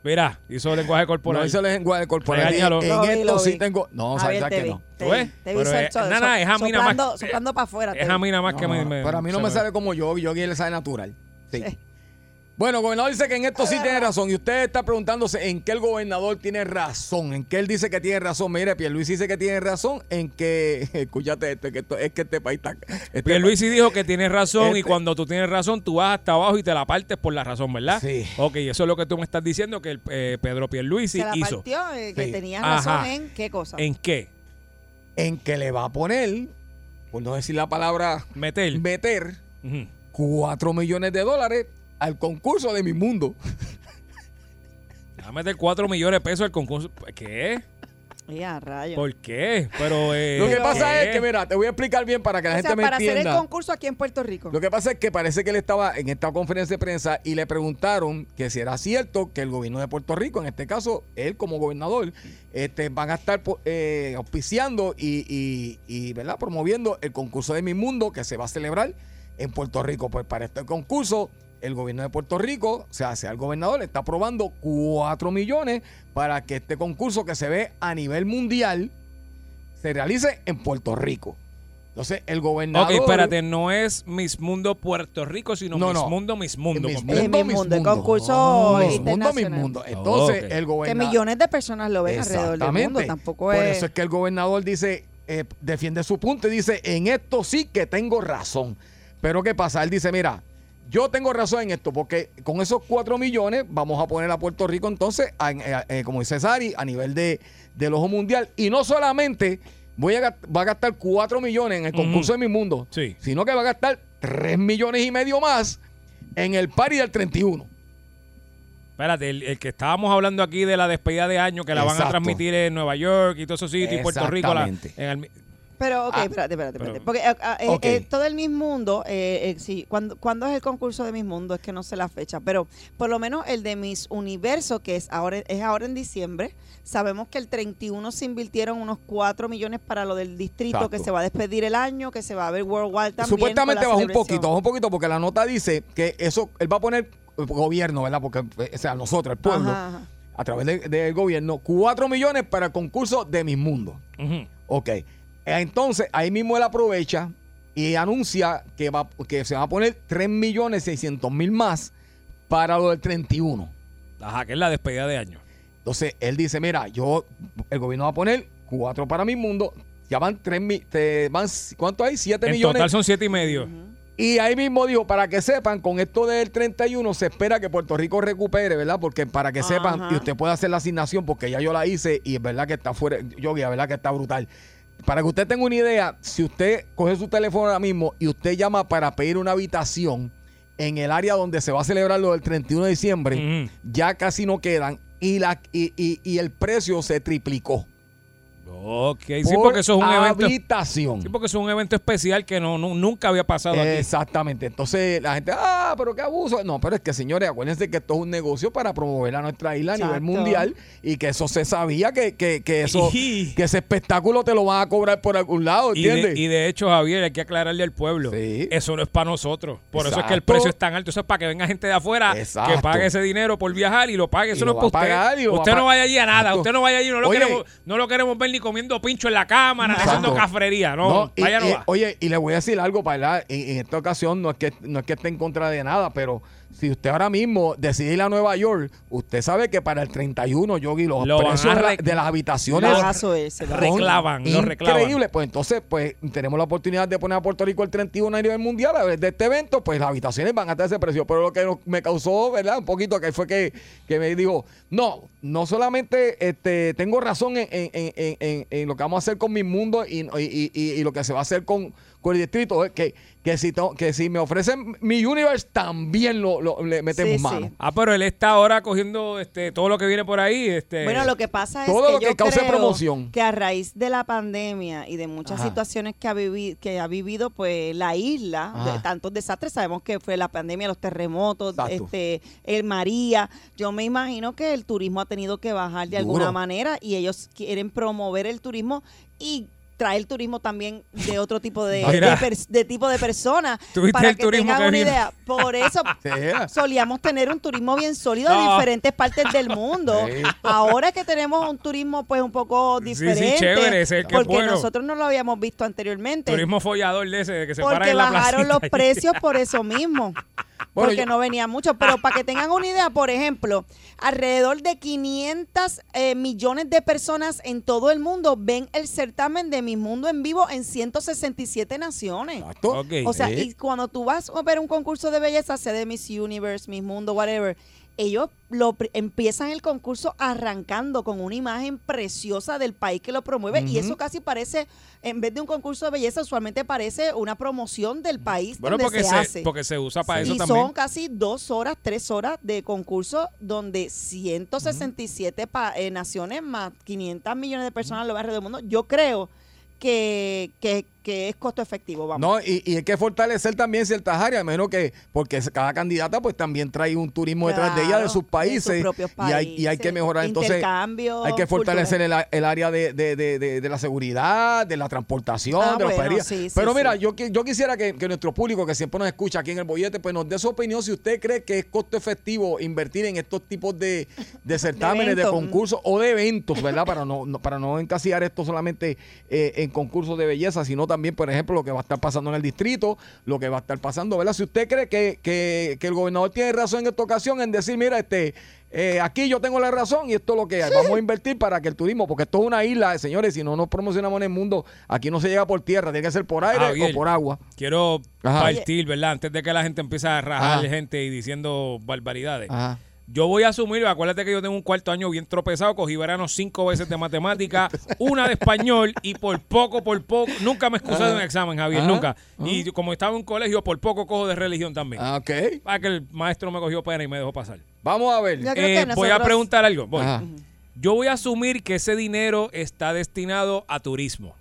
Mira, hizo lenguaje corporal. no hizo el lenguaje corporal. Regáñalo. En Lo vi, esto lo sí vi. tengo... No, Javier, ¿sabes sabes te que vi, no. te ¿Tú vi, ves? te vi Pero, sol- eh, sol- na, na, es a mí nada más. soplando- soplando para afuera. te es vi. a mí nada más que No, me, no, me- Pero a mí no se me sale como yo, yo aquí le sale natural. Sí. Bueno, gobernador dice que en esto sí tiene razón. Y usted está preguntándose en qué el gobernador tiene razón, en qué él dice que tiene razón. Mire, Pierluisi dice que tiene razón, en que, escúchate esto, que esto- es que este país está... este Pierluisi dijo que tienes razón y Este- cuando tú tienes razón, tú vas hasta abajo y te la partes por la razón, ¿verdad? Sí. Ok, eso es lo que tú me estás diciendo que el, eh, Pedro Pierluisi Se la hizo. partió, eh, que Sí. tenías Ajá. razón en qué cosa. ¿En qué? país- En que le va a poner, por no decir la palabra Meter. meter, Ujú. 4 millones de dólares al concurso de mi mundo. Va a meter 4 millones de pesos al concurso. ¿Qué? Ya, rayo. ¿Por qué? Pero. eh, Lo que ¿qué? pasa es que, mira, te voy a explicar bien para que la o gente sea, me para entienda. hacer el concurso aquí en Puerto Rico. Lo que pasa es que parece que él estaba en esta conferencia de prensa y le preguntaron que si era cierto que el gobierno de Puerto Rico, en este caso él como gobernador, este, van a estar po- eh, auspiciando y, y- y, ¿verdad? promoviendo el concurso de Mi Mundo que se va a celebrar en Puerto Rico. Pues para este concurso, el gobierno de Puerto Rico, o sea, sea el gobernador, está aprobando 4 millones para que este concurso que se ve a nivel mundial se realice en Puerto Rico. Entonces, el Ok, gobernador... espérate, no es Miss Mundo Puerto Rico, sino No, Miss no. Mundo, Miss Mundo. Miss completo. Eh, mi mis mundo, el mundo. concurso Mis mundo, mis internacional. mundo. Oh, Entonces, ok. el que gobernador. millones de personas lo ven alrededor del mundo. Tampoco Por es... eso es que el gobernador dice, eh, defiende su punto y dice, en esto sí que tengo razón. Pero ¿qué pasa? Él dice, mira, yo tengo razón en esto, porque con esos 4 millones vamos a poner a Puerto Rico entonces, a- eh, eh, como dice Sari, a nivel de, del ojo mundial. Y no solamente voy a, gast- va a gastar 4 millones en el concurso de mi mundo, Sí. sino que va a gastar 3 millones y medio más en el party del 31. Espérate, el, el que estábamos hablando aquí de la despedida de año que la van a Exacto. transmitir en Nueva York y todos esos sitios y Puerto Rico. la- Exactamente. en el- Pero, ok, Ah, espérate, espérate, espérate. pero- Porque eh, ah, eh, Ok. eh, todo el Miss Mundo, eh, eh, sí, cuando, cuando es el concurso de Miss Mundo, es que no sé la fecha, pero por lo menos el de Miss Universo, que es ahora, es ahora en diciembre, sabemos que el 31 se invirtieron unos 4 millones para lo del distrito, Exacto. que se va a despedir el año, que se va a ver Worldwide también. con Supuestamente la bajó un celebración. poquito, bajó un poquito porque la nota dice que eso, él va a poner eh, gobierno, ¿verdad? Porque, eh, o sea, nosotros, el pueblo, Ajá, ajá. a través de- del gobierno, 4 millones para el concurso de Mis Mundo. Ujú. Ok. Eh, Entonces, ahí mismo él aprovecha y anuncia que, va, que se van a poner 3 millones 600 mil más para lo del 31. Ajá, que es la despedida de año. Entonces él dice, mira, yo, el gobierno va a poner cuatro para mi mundo, ya van tres, mi- te- van, ¿cuánto hay? Siete En millones. total son siete y medio. Y ahí mismo dijo, para que sepan, con esto del 31 se espera que Puerto Rico recupere, ¿verdad? Porque para que sepan, Ajá. y usted puede hacer la asignación, porque ya yo la hice y es verdad que está fuera, yo la verdad que está brutal. Para que usted tenga una idea, si usted coge su teléfono ahora mismo y usted llama para pedir una habitación en el área donde se va a celebrar lo del 31 de diciembre, Ujú. ya casi no quedan y, la, y, y- y el precio se triplicó. Ok, sí, porque eso es un evento. habitación. Sí, porque eso es un evento especial que no, nu- nunca había pasado aquí. Exactamente. Entonces la gente, ah, pero qué abuso. No, pero es que señores, acuérdense que esto es un negocio para promover a nuestra isla a nivel Exacto. mundial y que eso se sabía, que, que, que eso, Y- que ese espectáculo te lo van a cobrar por algún lado, Y de, ¿entiendes? y de hecho, Javier, hay que aclararle al pueblo. Sí. Eso no es para nosotros. Por eso es que el Exacto. precio es tan alto. Eso es para que venga gente de afuera Exacto. que pague ese dinero por viajar y lo pague. Eso Y no lo es va a para pagar usted. y lo va usted a no pa- vaya allí a nada. Exacto. Usted no vaya allí. No lo, Oye. queremos, no lo queremos ver ni comiendo pincho en la cámara, ni Exacto. haciendo cafrería. No, No, y- vaya no y- va. oye, y le voy a decir algo para en, en esta ocasión no es que no es que esté en contra de nada, pero si usted ahora mismo decide ir a Nueva York, usted sabe que para el 31, Yogi, los Lo van a precios de la- re- de las habitaciones Lagazo ese. va. Re- reclaman, lo reclaman. Increíble. Pues entonces, pues tenemos la oportunidad de poner a Puerto Rico el 31 a nivel mundial. A ver, de este evento, pues las habitaciones van a estar ese precio. Pero lo que nos- me causó, ¿verdad? Un poquito que fue que, que me dijo, no, no solamente este, tengo razón en, en- en- en- en- en lo que vamos a hacer con mi mundo y, y- y- y lo que se va a hacer con, con el distrito, es que, que, si to- que si me ofrecen mi universe, también lo, lo- le metemos Sí, mano. sí. Ah, pero él está ahora cogiendo este, todo lo que viene por ahí. Este, Bueno, lo que pasa es Todo que, lo que yo cause creo promoción. que a raíz de la pandemia y de muchas Ajá. situaciones que ha vivido, que ha vivido pues la isla, Ajá. de tantos desastres, sabemos que fue la pandemia, los terremotos, Exacto. este, el María. Yo me imagino que el turismo ha tenido que bajar de Duro. alguna manera y ellos quieren promover el turismo y traer turismo también de otro tipo de, de, Mira. pers- de tipo de personas Tuviste para el que turismo tengan que una vino. idea. Por eso Sí, era. solíamos tener un turismo bien sólido de No. diferentes partes del mundo. Sí. Ahora que tenemos un turismo pues un poco Sí, sí, diferente, chévere, ese es el que es porque bueno. nosotros no lo habíamos visto anteriormente, turismo follador de ese que se para porque en la bajaron los placita. precios por eso mismo. Bueno, porque yo- no venían mucho, pero para que tengan una idea, por ejemplo, alrededor de 500 eh, millones de personas en todo el mundo ven el certamen de Mi Mundo en vivo en 167 naciones. Exacto. Ok. O sea, Sí. y cuando tú vas a ver un concurso de belleza, sea de Miss Universe, Miss Mundo, whatever, ellos lo pr- empiezan el concurso arrancando con una imagen preciosa del país que lo promueve y eso casi parece, en vez de un concurso de belleza, usualmente parece una promoción del país Bueno, donde porque se, se, hace. porque se usa para eso y también. son casi dos horas, tres horas de concurso donde 167 pa- eh, naciones más 500 millones de personas a lo largo del mundo. Yo creo que, que, que es costo efectivo, vamos. No, y, y hay que fortalecer también ciertas áreas, menos que, porque es- cada candidata pues también trae un turismo detrás de ella, de Claro, sus países, sus propios y, hay, y hay que países, mejorar entonces. intercambios Hay que fortalecer culturales. el, a- el área de, de- de- de- de la seguridad, de la transportación, Ah, de bueno, la hostelería. sí, sí, Pero mira, sí. yo, qui- yo quisiera que, que nuestro público que siempre nos escucha aquí en el bollete, pues nos dé su opinión si usted cree que es costo efectivo invertir en estos tipos de, de certámenes, de, eventos. concursos o de eventos, ¿verdad? para no, no- para no encasillar esto solamente eh, en concursos de belleza, sino también, por ejemplo, lo que va a estar pasando en el distrito, lo que va a estar pasando, ¿verdad? Si usted cree que, que- que el gobernador tiene razón en esta ocasión en decir, mira, este... eh, aquí yo tengo la razón y esto es lo que hay. Vamos a invertir para que el turismo, porque esto es una isla, eh, señores, si no nos promocionamos en el mundo, aquí no se llega por tierra, tiene que ser por aire Javier. o por agua. Quiero Ajá. partir, ¿verdad? Antes de que la gente empiece a rajar Ajá. gente y diciendo barbaridades. Ajá. Yo voy a asumir, acuérdate que yo tengo un cuarto año bien tropezado, cogí verano cinco veces de matemática, una de español y por poco, por poco, nunca me excusé de un examen, Javier, Ajá. nunca. Y yo, como estaba en un colegio, por poco cojo de religión también. Ah, ok. Para que el maestro me cogió pena y me dejó pasar. Vamos a ver. Yo creo que Eh, voy a nosotros- preguntar algo. voy. Ajá. Yo voy a asumir que ese dinero está destinado a turismo.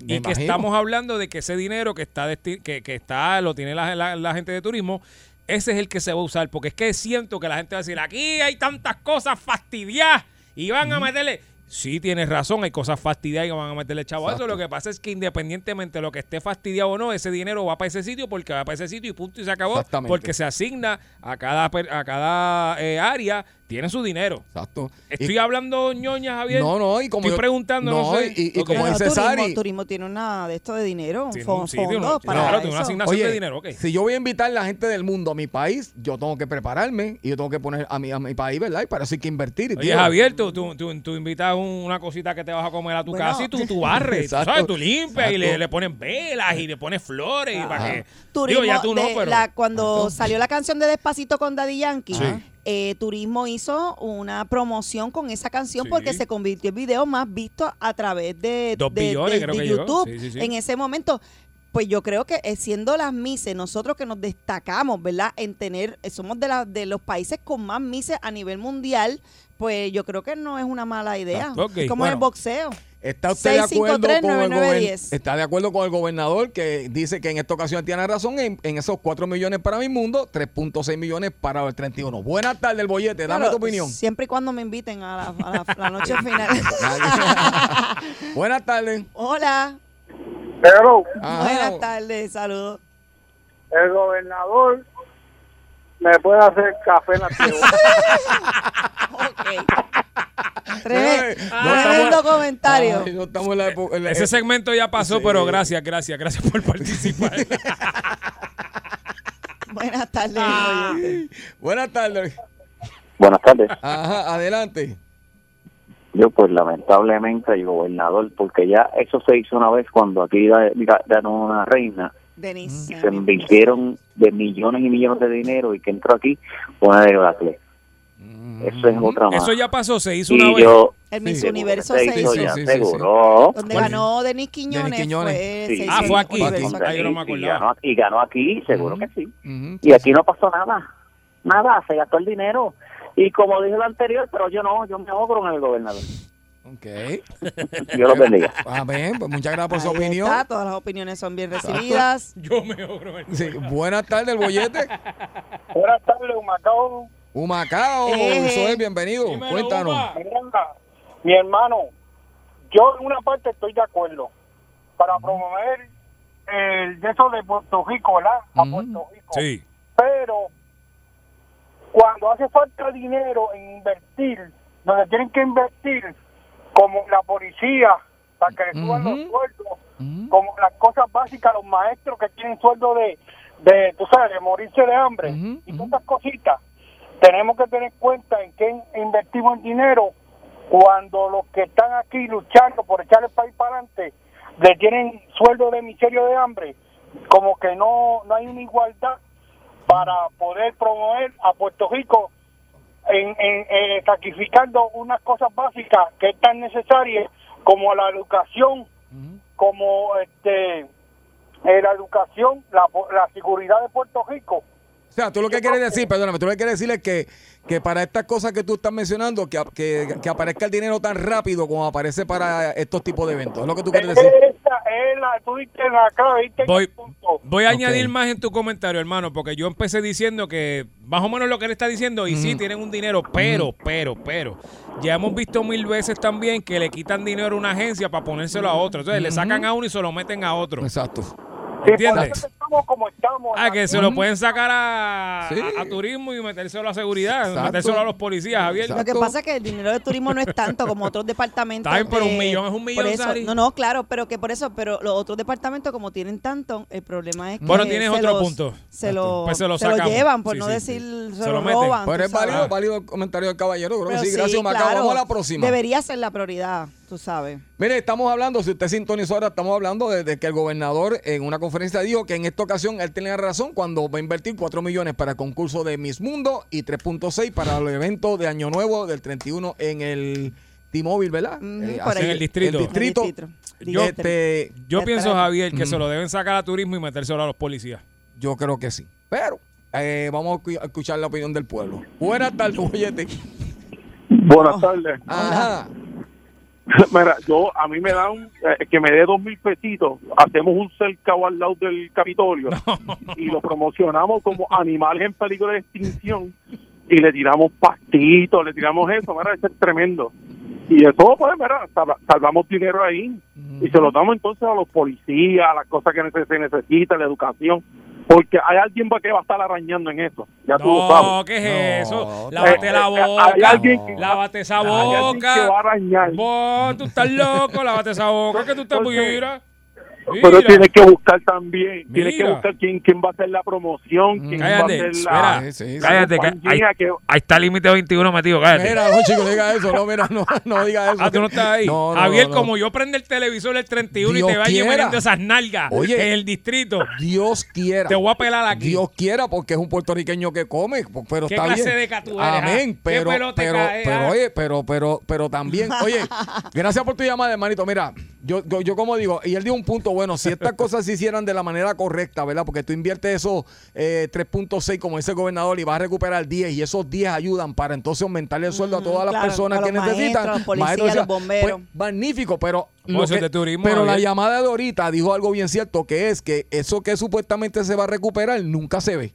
Me y que imagino. estamos hablando de que ese dinero que está, desti- que, que está lo tiene la, la- la gente de turismo, ese es el que se va a usar. Porque es que siento que la gente va a decir, aquí hay tantas cosas fastidiadas y van a meterle... Sí, tienes razón, hay cosas fastidiadas que van a meterle chavo a eso. Exacto. Lo que pasa es que independientemente de lo que esté fastidiado o no, ese dinero va para ese sitio porque va para ese sitio y punto y se acabó. Exactamente. Porque se asigna a cada, per- a cada eh, área, tiene su dinero. Exacto. Estoy Y- hablando ñoña, Javier. no, no, y como Estoy yo- preguntando, no sé. y- y, Ok. como Pero dice Sari, turismo, turismo tiene una de esto de dinero, Tiene fon- un sitio, fondos ¿no? para Claro, eso. tiene una asignación. Oye, de dinero, ok. si yo voy a invitar a la gente del mundo a mi país, yo tengo que prepararme y yo tengo que poner a mi, a mi país, ¿verdad? Y para eso hay que invertir. Oye, tío. Javier, tú, tú, tú, tú invitas un- una cosita que te vas a comer a tu Bueno. casa y tú, tú barres, tú Exacto. ¿sabes? Tú limpias y le, Exacto. le pones velas y le pones flores y para que... Turismo, Digo, ya tú no, de pero... la- cuando salió la canción de Despacito con Daddy Yankee, Sí. eh, Turismo hizo una promoción con esa canción Sí. porque se convirtió en video más visto a través de, Dos de- billones, de- creo de que llegó. YouTube Sí, sí, sí. en ese momento. Pues yo creo que eh, siendo las mises, nosotros que nos destacamos, ¿verdad? En tener, eh, somos de, la- de los países con más mises a nivel mundial, pues yo creo que no es una mala idea. Ah, ok, Es como en el bueno. boxeo. ¿Está usted de acuerdo con el 653-9910? gober- ¿Está de acuerdo con el gobernador que dice que en esta ocasión tiene razón en, en esos 4 millones para mi mundo, 3.6 millones para el 31? Buenas tardes, el bollete, dame Claro, tu opinión. Siempre y cuando me inviten a la, a la- la noche final. Buenas tardes. Hola. Pero Ah. Ajá. Buenas tardes, saludos. el gobernador me puede hacer café nativo. Ok. Ay, Ah, Tre- no Tremendo estamos- comentario. Ay, no estamos en la época- en la- Ese segmento ya pasó, Sí. pero gracias, gracias, gracias por participar. Buenas tardes. Ah. oyente. Buenas tardes. Buenas tardes. Ajá, adelante. Yo, pues lamentablemente, el gobernador, porque ya eso se hizo una vez cuando aquí da- da- daron una reina Denise. y se invirtieron de millones y millones de dinero y que entró aquí una de Oracle. Eso es otra más. Eso ya pasó, se hizo una y vez. yo, El Sí. Miss Sí, Universo se 6. hizo sí, ya, sí, sí, seguro. Donde ¿Cuál? ganó Denis Quiñones. Denis Quiñones. Fue, Sí. se Ah, hizo fue el aquí. Universo Ay, yo no me y, acordaba. ganó, y ganó aquí, seguro que sí. Ujú. Y aquí no pasó nada. Nada, se gastó el dinero. Y como dije lo anterior, pero yo no, yo me ahogro con el gobernador. Ok. Yo lo bendiga. Ah, bien, pues muchas gracias por su Ahí opinión. está, todas las opiniones son bien recibidas. Yo me obro. Sí, buenas tardes, el bollete. Buenas tardes, Humacao. Humacao, Eh. eso es, bienvenido. Dímelo, Cuéntanos. Uma. Mira, mi hermano, yo en una parte estoy de acuerdo para promover el de eso de Puerto Rico, ¿verdad? A Ujú. Puerto Rico. Sí. Pero cuando hace falta dinero en invertir, donde tienen que invertir, como la policía, para que le suban Ujú. los sueldos, Ujú. como las cosas básicas, los maestros que tienen sueldo de, de tú sabes, de morirse de hambre Ujú, y ujú. todas esas cositas, tenemos que tener cuenta en qué invertimos el dinero cuando los que están aquí luchando por echar el país para adelante le tienen sueldo de miserio de hambre, como que no, no hay una igualdad para poder promover a Puerto Rico en, en- eh, sacrificando unas cosas básicas que es tan necesarias como la educación, como este eh, la educación, la, po- la seguridad de Puerto Rico. O sea, tú lo que quieres decir, perdóname, tú lo que quieres decir es que, que para estas cosas que tú estás mencionando, que, que, que aparezca el dinero tan rápido como aparece para estos tipos de eventos. Es lo que tú quieres decir. Esa es la, tú diste la clave, diste en el Voy, punto. voy a Ok. añadir más en tu comentario, hermano, porque yo empecé diciendo que más o menos lo que él está diciendo, y sí, tienen un dinero, pero, pero, pero. Ya hemos visto mil veces también que le quitan dinero a una agencia para ponérselo a otra. Entonces le sacan a uno y se lo meten a otro. Exacto. Sí, por ¿Entiendes? eso estamos como estamos. Ah, que se lo pueden sacar a, Sí. a- a turismo y metérselo a seguridad, Exacto. metérselo a los policías, Javier. Exacto. Lo que pasa es que el dinero de turismo no es tanto como otros departamentos. Está bien, pero de- un millón es un millón, por eso- Sari. No, no, claro, pero que por eso, pero los otros departamentos como tienen tanto, el problema es que Bueno, tienes se otro los- punto. Se lo, Pues se se lo lo, sacamos. llevan, por Sí, no sí, decir, sí. se, Se lo, lo meten. roban. Pero tú es sabes. válido, válido el comentario del caballero. Creo Pero que sí. sí, Gracias, Macao. claro. Vamos a la próxima. Debería ser la prioridad, tú sabes. Mire, estamos hablando, si usted sintonizó ahora, estamos hablando de, de que el gobernador en una conferencia dijo que en esta ocasión él tenía razón cuando va a invertir 4 millones para el concurso de Miss Mundo y 3.6 para el evento de Año Nuevo del 31 en el T-Mobile, ¿verdad? Eh, Ujú, por así- ahí. En el distrito. El distrito. En el distrito. Yo, este, Yo Te pienso, traen. Javier, que se lo deben sacar a turismo y metérselo a los policías. yo creo que sí. Pero eh, vamos a escu- a escuchar la opinión del pueblo. Buenas tardes, bollete. Buenas tardes. Ajá. Mira, yo, a mí me dan, eh, que me dé dos mil pesitos, hacemos un cercado al lado del Capitolio y lo promocionamos como animales en peligro de extinción y le tiramos pastitos, le tiramos eso, mira, eso es tremendo. Y eso, pues, mira, sal- salvamos dinero ahí y se lo damos entonces a los policías, a las cosas que nece- se necesitan, la educación. Porque hay alguien que va a estar arañando en eso. Ya tú No, lo sabes. ¿qué es eso? No, Lávate Eh, la eh, Hay boca. alguien que, Lávate esa hay alguien que va a boca. arañar. Vos, tú estás loco, lávate esa boca que tú te Porque- mira. Pero Mira. tienes que buscar también, tienes que Mira. Mm. buscar quién, quién va a hacer la promoción, quién va a Cállate, hacer espera. la... Sí, sí, sí. Cállate, ca- ahí, compañía que- ahí está el límite 21, Matías, cállate. Mira, no, chico, no diga eso. No, mira, no, no diga eso. Ah, tú no estás ahí. No, no, Javier, no. como yo prende el televisor el 31 Dios y te va quiera. llevando esas nalgas Oye. en el distrito, Dios quiera. te voy a pelar aquí. Dios quiera, porque es un puertorriqueño que come, po- pero ¿Qué está clase bien. de ca tú eres, Amén, ah? ¿Qué pero, pelo te pero, cae, pero, ah? oye, pero, pero, pero también, oye, gracias por tu llamada, hermanito. Mira, yo, yo, yo como digo, y él dio un punto bueno, si estas cosas se hicieran de la manera correcta, ¿verdad? Porque tú inviertes esos eh, 3.6 como ese gobernador y vas a recuperar 10 y esos 10 ayudan para entonces aumentarle el sueldo a Ujú, todas las Mm, claro, personas a que los necesitan. maestros, policías, o sea, los bomberos. pues, magnífico, pero, lo Voces que- de turismo, pero la Javier. llamada de ahorita dijo algo bien cierto, que es que eso que supuestamente se va a recuperar nunca se ve.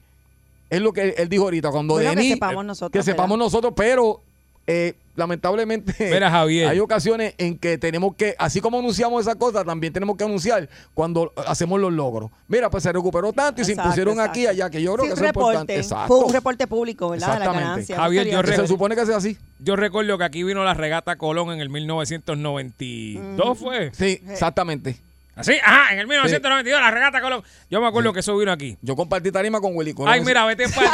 Es lo que él dijo ahorita, cuando Bueno, que Denis- sepamos nosotros, que ¿verdad? sepamos nosotros, pero eh, lamentablemente Mira, Javier. hay ocasiones en que tenemos que, así como anunciamos esa cosa, también tenemos que anunciar cuando hacemos los logros. Mira, pues se recuperó tanto y se Exacto, impusieron aquí y exacto. allá, que yo creo Sí, que un eso es importante. reporte, Exacto. Un reporte público, ¿verdad? De la Exactamente. ganancia. Javier, yo Que Estaría- se recuerdo- supone que sea así. Yo recuerdo que aquí vino la regata Colón en el 1992, ¿fue? Eh. Sí, exactamente. ¿Así? Ajá, en el 1992 la regata Colón. Yo me acuerdo que eso vino aquí. Yo compartí tarima con Willy Colón. Ay, mira, vete para...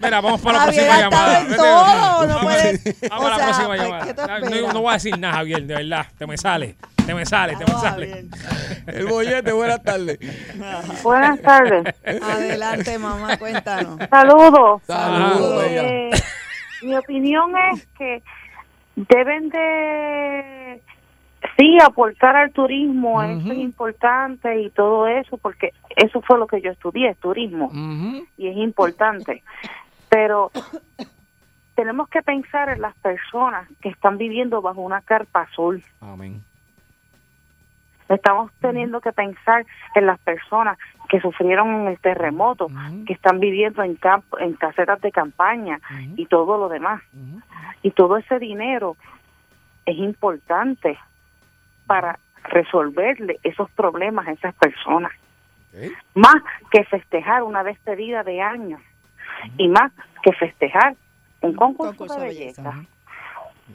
mira, vamos para la Javier próxima ha estado llamada. en Vete- todo, no Vamos- puedes- Vamos o a la sea, próxima pues, llamada. ¿qué te No, no, espera? no voy a decir nada, Javier, de verdad. Te me sale, te me sale, te me Ah, sale. El bollete, buenas tardes. Buenas tardes. Javier. Adelante, mamá, cuéntanos. Saludos. Saludos, Saludos. bella. Eh, mi opinión es que deben de sí aportar al turismo, eso es importante y todo eso, porque eso fue lo que yo estudié, turismo, Ujú. y es importante. Pero tenemos que pensar en las personas que están viviendo bajo una carpa azul. Amén. Estamos teniendo que pensar en las personas que sufrieron en el terremoto, que están viviendo en, camp- en casetas de campaña y todo lo demás. Y todo ese dinero es importante para resolverle esos problemas a esas personas. Más que festejar una despedida de años y más que festejar un concurso, de concurso de belleza. belleza.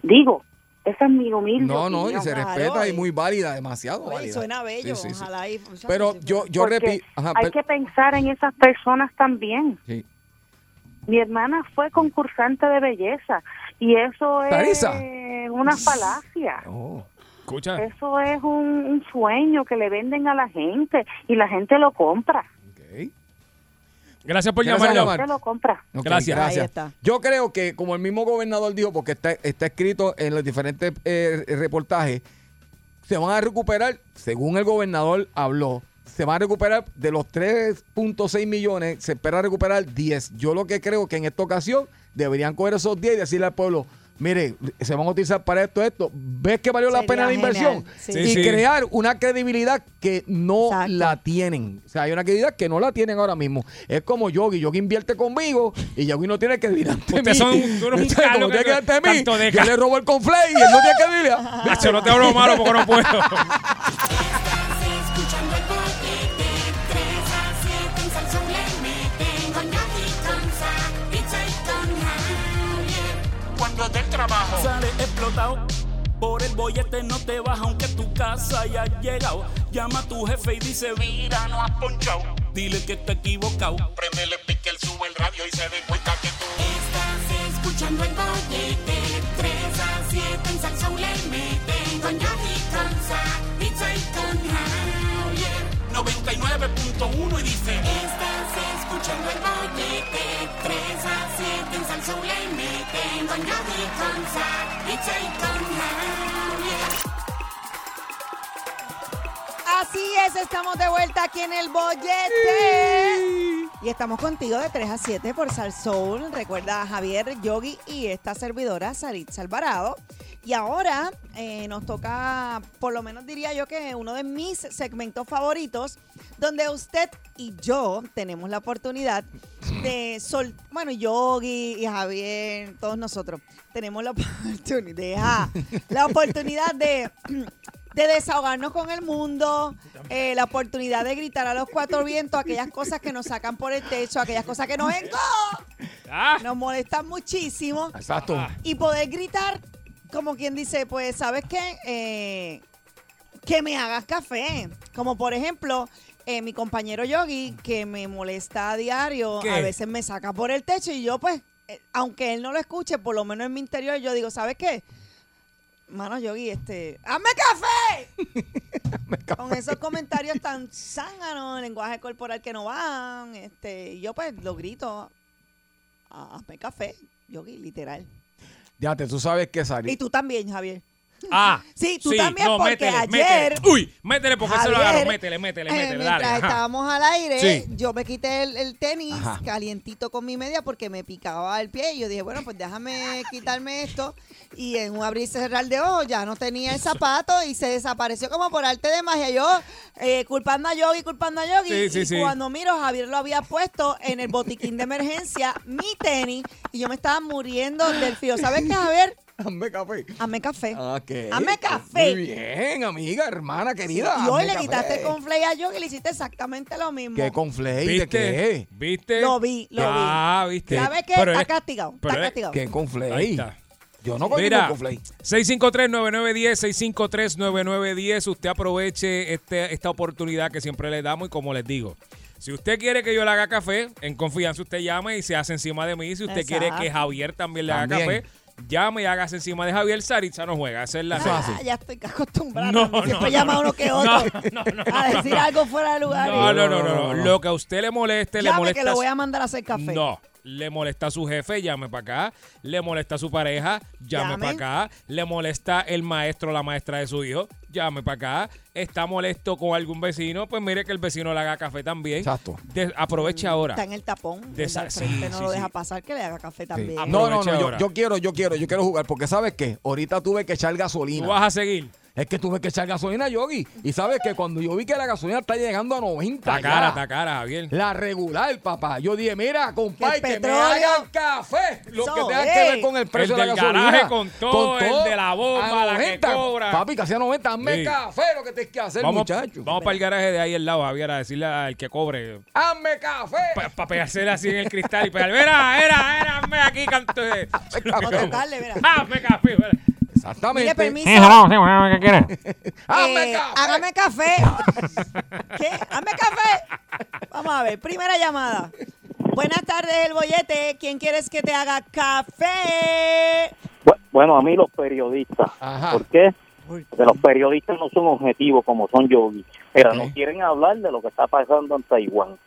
Digo, esa es mi humilde No, no, y opinión. se Claro, respeta y y- muy válida, demasiado Oye, válida. suena bello, Sí, sí, sí. ojalá y- Pero yo, yo Porque repito. ajá, hay per- que pensar en esas personas también. sí. Mi hermana fue concursante de belleza y eso es Clarisa. una falacia. Oh. Escucha. Eso es un, un sueño que le venden a la gente y la gente lo compra. Gracias por Gracias, llamarlo. llamar. Se lo compra. Ok, Gracias. Ahí está. Yo creo que, como el mismo gobernador dijo, porque está, está escrito en los diferentes eh, reportajes, se van a recuperar, según el gobernador habló, se van a recuperar de los 3.6 millones, se espera recuperar 10. Yo lo que creo que en esta ocasión deberían coger esos 10 y decirle al pueblo, mire, se van a utilizar para esto, esto. ¿Ves que valió la Sería pena la genial, inversión? sí. Sí, Y sí. crear una credibilidad que no Exacto. la tienen. O sea, hay una credibilidad que no la tienen ahora mismo. Es como Yogi. Yogi invierte conmigo y Yogi no tiene que vivir ante mí. Ustedes son- tú eres un Entonces, como calo usted que- que ante mí, tanto de yo ca- le robo el conflay y él no tiene que vivir. Nacho, Ah, no te hablo malo porque no puedo. Escuchando el bollete, 3 a 7 en Salsón le meten con Yogi, con Zack, Pizza y con Javier. Cuando del trabajo. Sale explotado. Por el bollete no te baja aunque tu casa haya llegado. Llama a tu jefe y dice, Mira, no has ponchado. dile que está equivocado. Prendele pique, él sube el radio y se dé cuenta que tú. Estás escuchando el bollete, 3 a 7 en Salsón le meten con Yogi, con Zack, Pizza y con Javier. 99.1 y dice. Estás escuchando el bollete 3 a 7 en Salsón le meten Con Yogi, con Zack, Pizza y con Javier Así es, estamos de vuelta aquí en el bollete. Y estamos contigo de 3 a 7 por Salsoul. Recuerda a Javier, Yogi y esta servidora, Saritza Alvarado. Y ahora eh, nos toca, por lo menos diría yo que uno de mis segmentos favoritos, donde usted y yo tenemos la oportunidad de sol bueno, Yogi y Javier, todos nosotros, tenemos la oportunidad, la oportunidad de de desahogarnos con el mundo, eh, la oportunidad de gritar a los cuatro vientos aquellas cosas que nos sacan por el techo, aquellas cosas que nos, enco- Ah, nos molestan muchísimo Exacto. y poder gritar como quien dice, pues, ¿sabes qué? Eh, que me hagas café. Como por ejemplo, eh, mi compañero Yogi, que me molesta a diario, ¿Qué? a veces me saca por el techo y yo pues, eh, aunque él no lo escuche, por lo menos en mi interior, yo digo, ¿sabes qué? Mano, Yogi, este, ¡hazme café! Con esos comentarios tan zánganos, lenguaje corporal que no van, este, y yo pues lo grito, "Ah, hazme café, Yogi, literal. Ya te, tú sabes que Y salió. tú también, Javier. ah, Sí, tú también, porque métele. ayer- Uy, métele porque se lo Javier, agarro. Métele, métele, eh, métele. mientras Dale. ajá. estábamos al aire, Sí. yo me quité el, el tenis Ajá. calientito con mi media porque me picaba el pie. Y yo dije, bueno, pues déjame quitarme esto. Y en un abrir y cerrar de ojos ya no tenía el zapato y se desapareció como por arte de magia. Yo eh, culpando a Yogi, culpando a Yogi. Sí, sí, y sí. cuando miro, Javier lo había puesto en el botiquín de emergencia, mi tenis, y yo me estaba muriendo del frío. ¿Sabes qué, Javier? Hazme café. Hazme café. Ok. Hazme café. Muy bien, amiga, hermana querida. Y hoy hazme le café. quitaste con flay a Yogi y le hiciste exactamente lo mismo. ¿Qué con flay? ¿De ¿Viste? qué? ¿Viste? Lo vi, lo vi. Ah, ¿viste? ¿Sabes qué? Pero está es- castigado. pero Está es- castigado. ¿Qué con flay? Ahí está. Yo no voy Mira, con flay. 653-9910, 653-9910. Usted aproveche este- esta oportunidad que siempre le damos y como les digo. Si usted quiere que yo le haga café, en confianza usted llame y se hace encima de mí. Si usted quiere Exacto. que Javier también le haga También. café, llame y hágase encima de Javier. Saritza no juega. Esa es la Ah, regla. ya estoy acostumbrada. No, también. no, Siempre no, llama no. uno que otro No, no, no, a no, decir no. algo fuera de lugar. No, y- no, no, no, no. Lo que a usted le moleste, le Llame molesta. que lo a voy su- a mandar a hacer café. No, le molesta a su jefe, llame para acá. Le molesta a su pareja, llame, Llame. para acá. Le molesta el maestro o la maestra de su hijo, llame para acá. Está molesto con algún vecino, pues mire que el vecino le haga café también. Exacto. De- aproveche ahora. Está en el tapón. De el esa- del frente sí, no sí, lo sí. deja pasar que le haga café también. Am- No, no, Aprovecha no. Yo, ahora. yo quiero, yo quiero, yo quiero jugar. Porque sabes qué? Ahorita tuve que echar Tú gasolina. vas a seguir. Es que tuve que echar gasolina, Yogi. Y sabes que cuando yo vi que la gasolina está llegando a 90. Está cara, ya, está cara, Javier. La regular, papá. Yo dije, mira, compadre, El que me petróleo. hagan café. Lo Eso que tenga es. que ver con el precio El de la del gasolina. garaje con todo, el de la bomba, A la que 90. cobra. Papi, casi a 90. Hazme Sí. café lo que tienes que hacer, vamos muchacho. vamos para el garaje de ahí al lado, Javier, a decirle al que cobre. Hazme café. Para pegársela así en el cristal y pegar. Mira, era, era, me aquí canto. de-". Para tocarle, mira. Ah, me café. Mire, Exactamente. permiso. Hazme Eh, café. hágame café. ¿Qué? Hazme café. Vamos a ver, primera llamada. Buenas tardes, el bollete. ¿Quién quieres que te haga café? Bu- Bueno, a mí los periodistas. Ajá. ¿Por qué? De los periodistas no son objetivos como son Yogi. Pero no Ok. quieren hablar de lo que está pasando en Taiwán.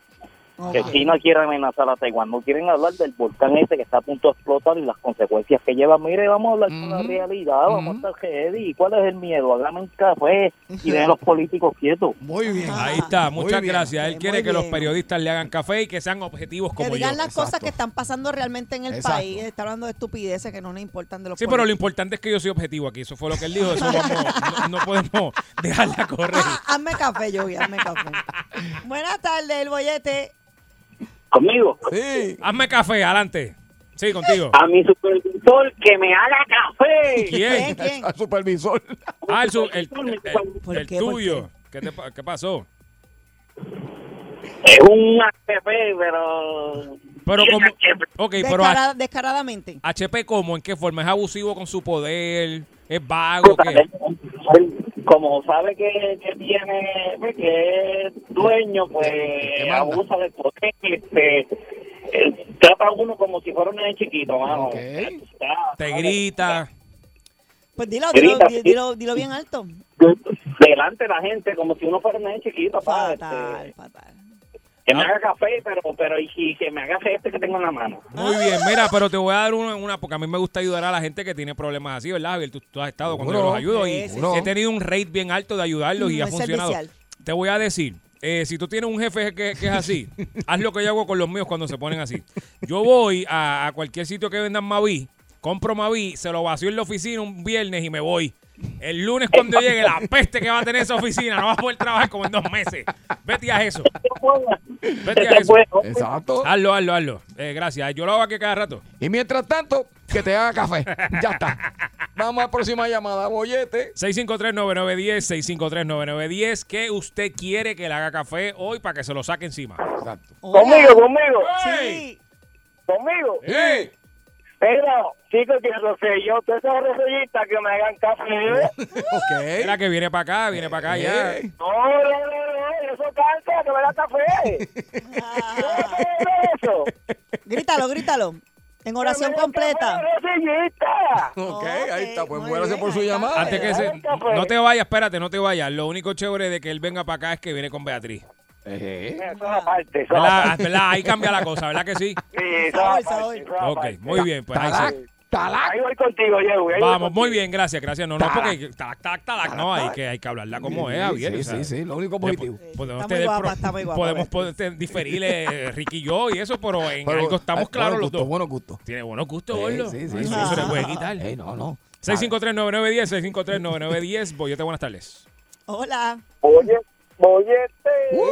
Que China quiere amenazar a Taiwán. No quieren hablar del volcán ese que está a punto de explotar y las consecuencias que lleva. Mire, vamos a hablar con la Ujú. realidad. Vamos Ujú. a estar heavy. ¿Y ¿Cuál es el miedo? Hágame un café y den a los políticos quietos. Muy bien. Ajá. Ahí está, Muy muchas bien. gracias. Él Ok, quiere muy que los bien. periodistas le hagan café y que sean objetivos Que como yo. digan las cosas exacto. que están pasando realmente en el Exacto. país. Está hablando de estupideces que no nos importan de los Sí, pero lo políticos. importante es que yo soy objetivo aquí. Eso fue lo que él dijo. Eso vamos- no, no podemos dejarla correr. Ah, hazme café, Yogi, hazme café. Buenas tardes, el bollete. Conmigo. Sí. Hazme café, adelante. Sí, contigo. A mi supervisor que me haga café. ¿Quién? ¿Quién? Al supervisor. Ah, el, su- el- el- ¿Por el- el qué? ¿Por tuyo. ¿Qué, te pa- qué pasó? Es un HP, pero... Pero como, ok, pero a- Descara- descaradamente. HP como, ¿en qué forma? ¿Es abusivo con su poder? ¿Es vago? ¿Qué? Como sabe que, que tiene, pues, que es dueño, pues manda. abusa del poder. Este, eh, trata a uno como si fuera un niño chiquito, mano. Ok. Está- ¿Te está- grita? Pues dilo, dilo, Grita, di- sí. dilo, dilo bien alto. Delante de la gente, como si uno fuera un niño chiquito, pa, Fatal, este, fatal. que me Ah. haga café, pero, pero y, y que me haga este que tengo en la mano. Muy bien, mira, pero te voy a dar una, una porque a mí me gusta ayudar a la gente que tiene problemas así, ¿verdad, Javier? Tú, tú has estado cuando yo Seguro. los ayudo y Sí, sí, sí. he tenido un rate bien alto de ayudarlos y Mm, ha es funcionado. servicial. Te voy a decir, eh, si tú tienes un jefe que, que es así, haz lo que yo hago con los míos cuando se ponen así. Yo voy a, a cualquier sitio que vendan Mavi, compro Mavi, se lo vacío en la oficina un viernes y me voy. El lunes cuando llegue la peste que va a tener esa oficina, no vas a poder trabajar como en dos meses. Vete a eso. Vete a eso. Este Exacto. Oh. Ah. Hazlo, hazlo, hazlo. Eh, gracias. Yo lo hago aquí cada rato. Y mientras tanto, que te haga café. Ya está. Vamos a la próxima llamada, bollete. 653-9910, 653-9910. ¿Qué usted quiere que le haga café hoy para que se lo saque encima? Exacto. Conmigo, conmigo, Sí. conmigo. ¡Ey! Pero, chicos, que Rosselló, todos esos rosellistas que me hagan café. Es Ok. la Uh. que viene para acá, viene para acá ya. Ey. No, no, no, no, eso cansa, que me da café. Ah, eso? grítalo, grítalo. En oración completa. Rosellita. Ok, Ok, ahí está. Pues muy muérase bien, por su ahí está. llamada. Antes que se, no te vayas, espérate, no te vayas. Lo único chévere de que él venga para acá es que viene con Beatriz. Ejé. Eso aparte, eso ¿Verdad? aparte. ¿Verdad? Ahí cambia la cosa, ¿verdad que sí? Sí, Sabor, eso sabor. aparte, eso Ok, aparte. muy bien, pues ahí Talac, sí. talac. Ahí voy contigo, Yehu. ahí voy Vamos, contigo. muy bien, gracias, gracias. No, no, porque tac, tac, tac, no, hay que, hay que hablarla como es, Javier. o Sí, sea. sí, sí. Lo único Le positivo. po- Podemos Está muy tener guapa, pro- está muy guapa, Beatriz. podemos poder te- diferirle eh, Ricky y yo y eso, pero en Pero- algo estamos ah, claros bueno, los gusto, dos. Bueno, gusto. Tiene buenos gustos, Sí, gordo. sí, Sí, sí, eso sí. no se le puede quitar. Ey, no, no. 653-9910, 653-9910. Boyete, buenas tardes. Hola. Oye, Uh. bollete. Uy.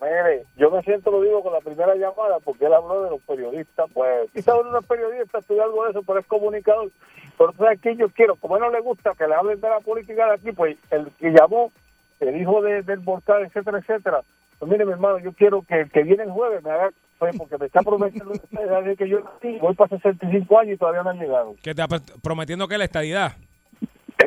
Mire, yo me siento, lo digo, con la primera llamada porque él habló de los periodistas. Pues quizás uno no es periodista, estudia algo de eso, pero es comunicador. Pero entonces aquí yo quiero, como a él no le gusta que le hablen de la política de aquí, pues el que llamó, el hijo de, del volcán, etcétera, etcétera. Pues mire, mi hermano, yo quiero que el que viene el jueves me haga, pues, porque me está prometiendo usted, alguien que yo nací, voy para 65 años y todavía no han llegado. Que está pr- prometiendo que la estadidad.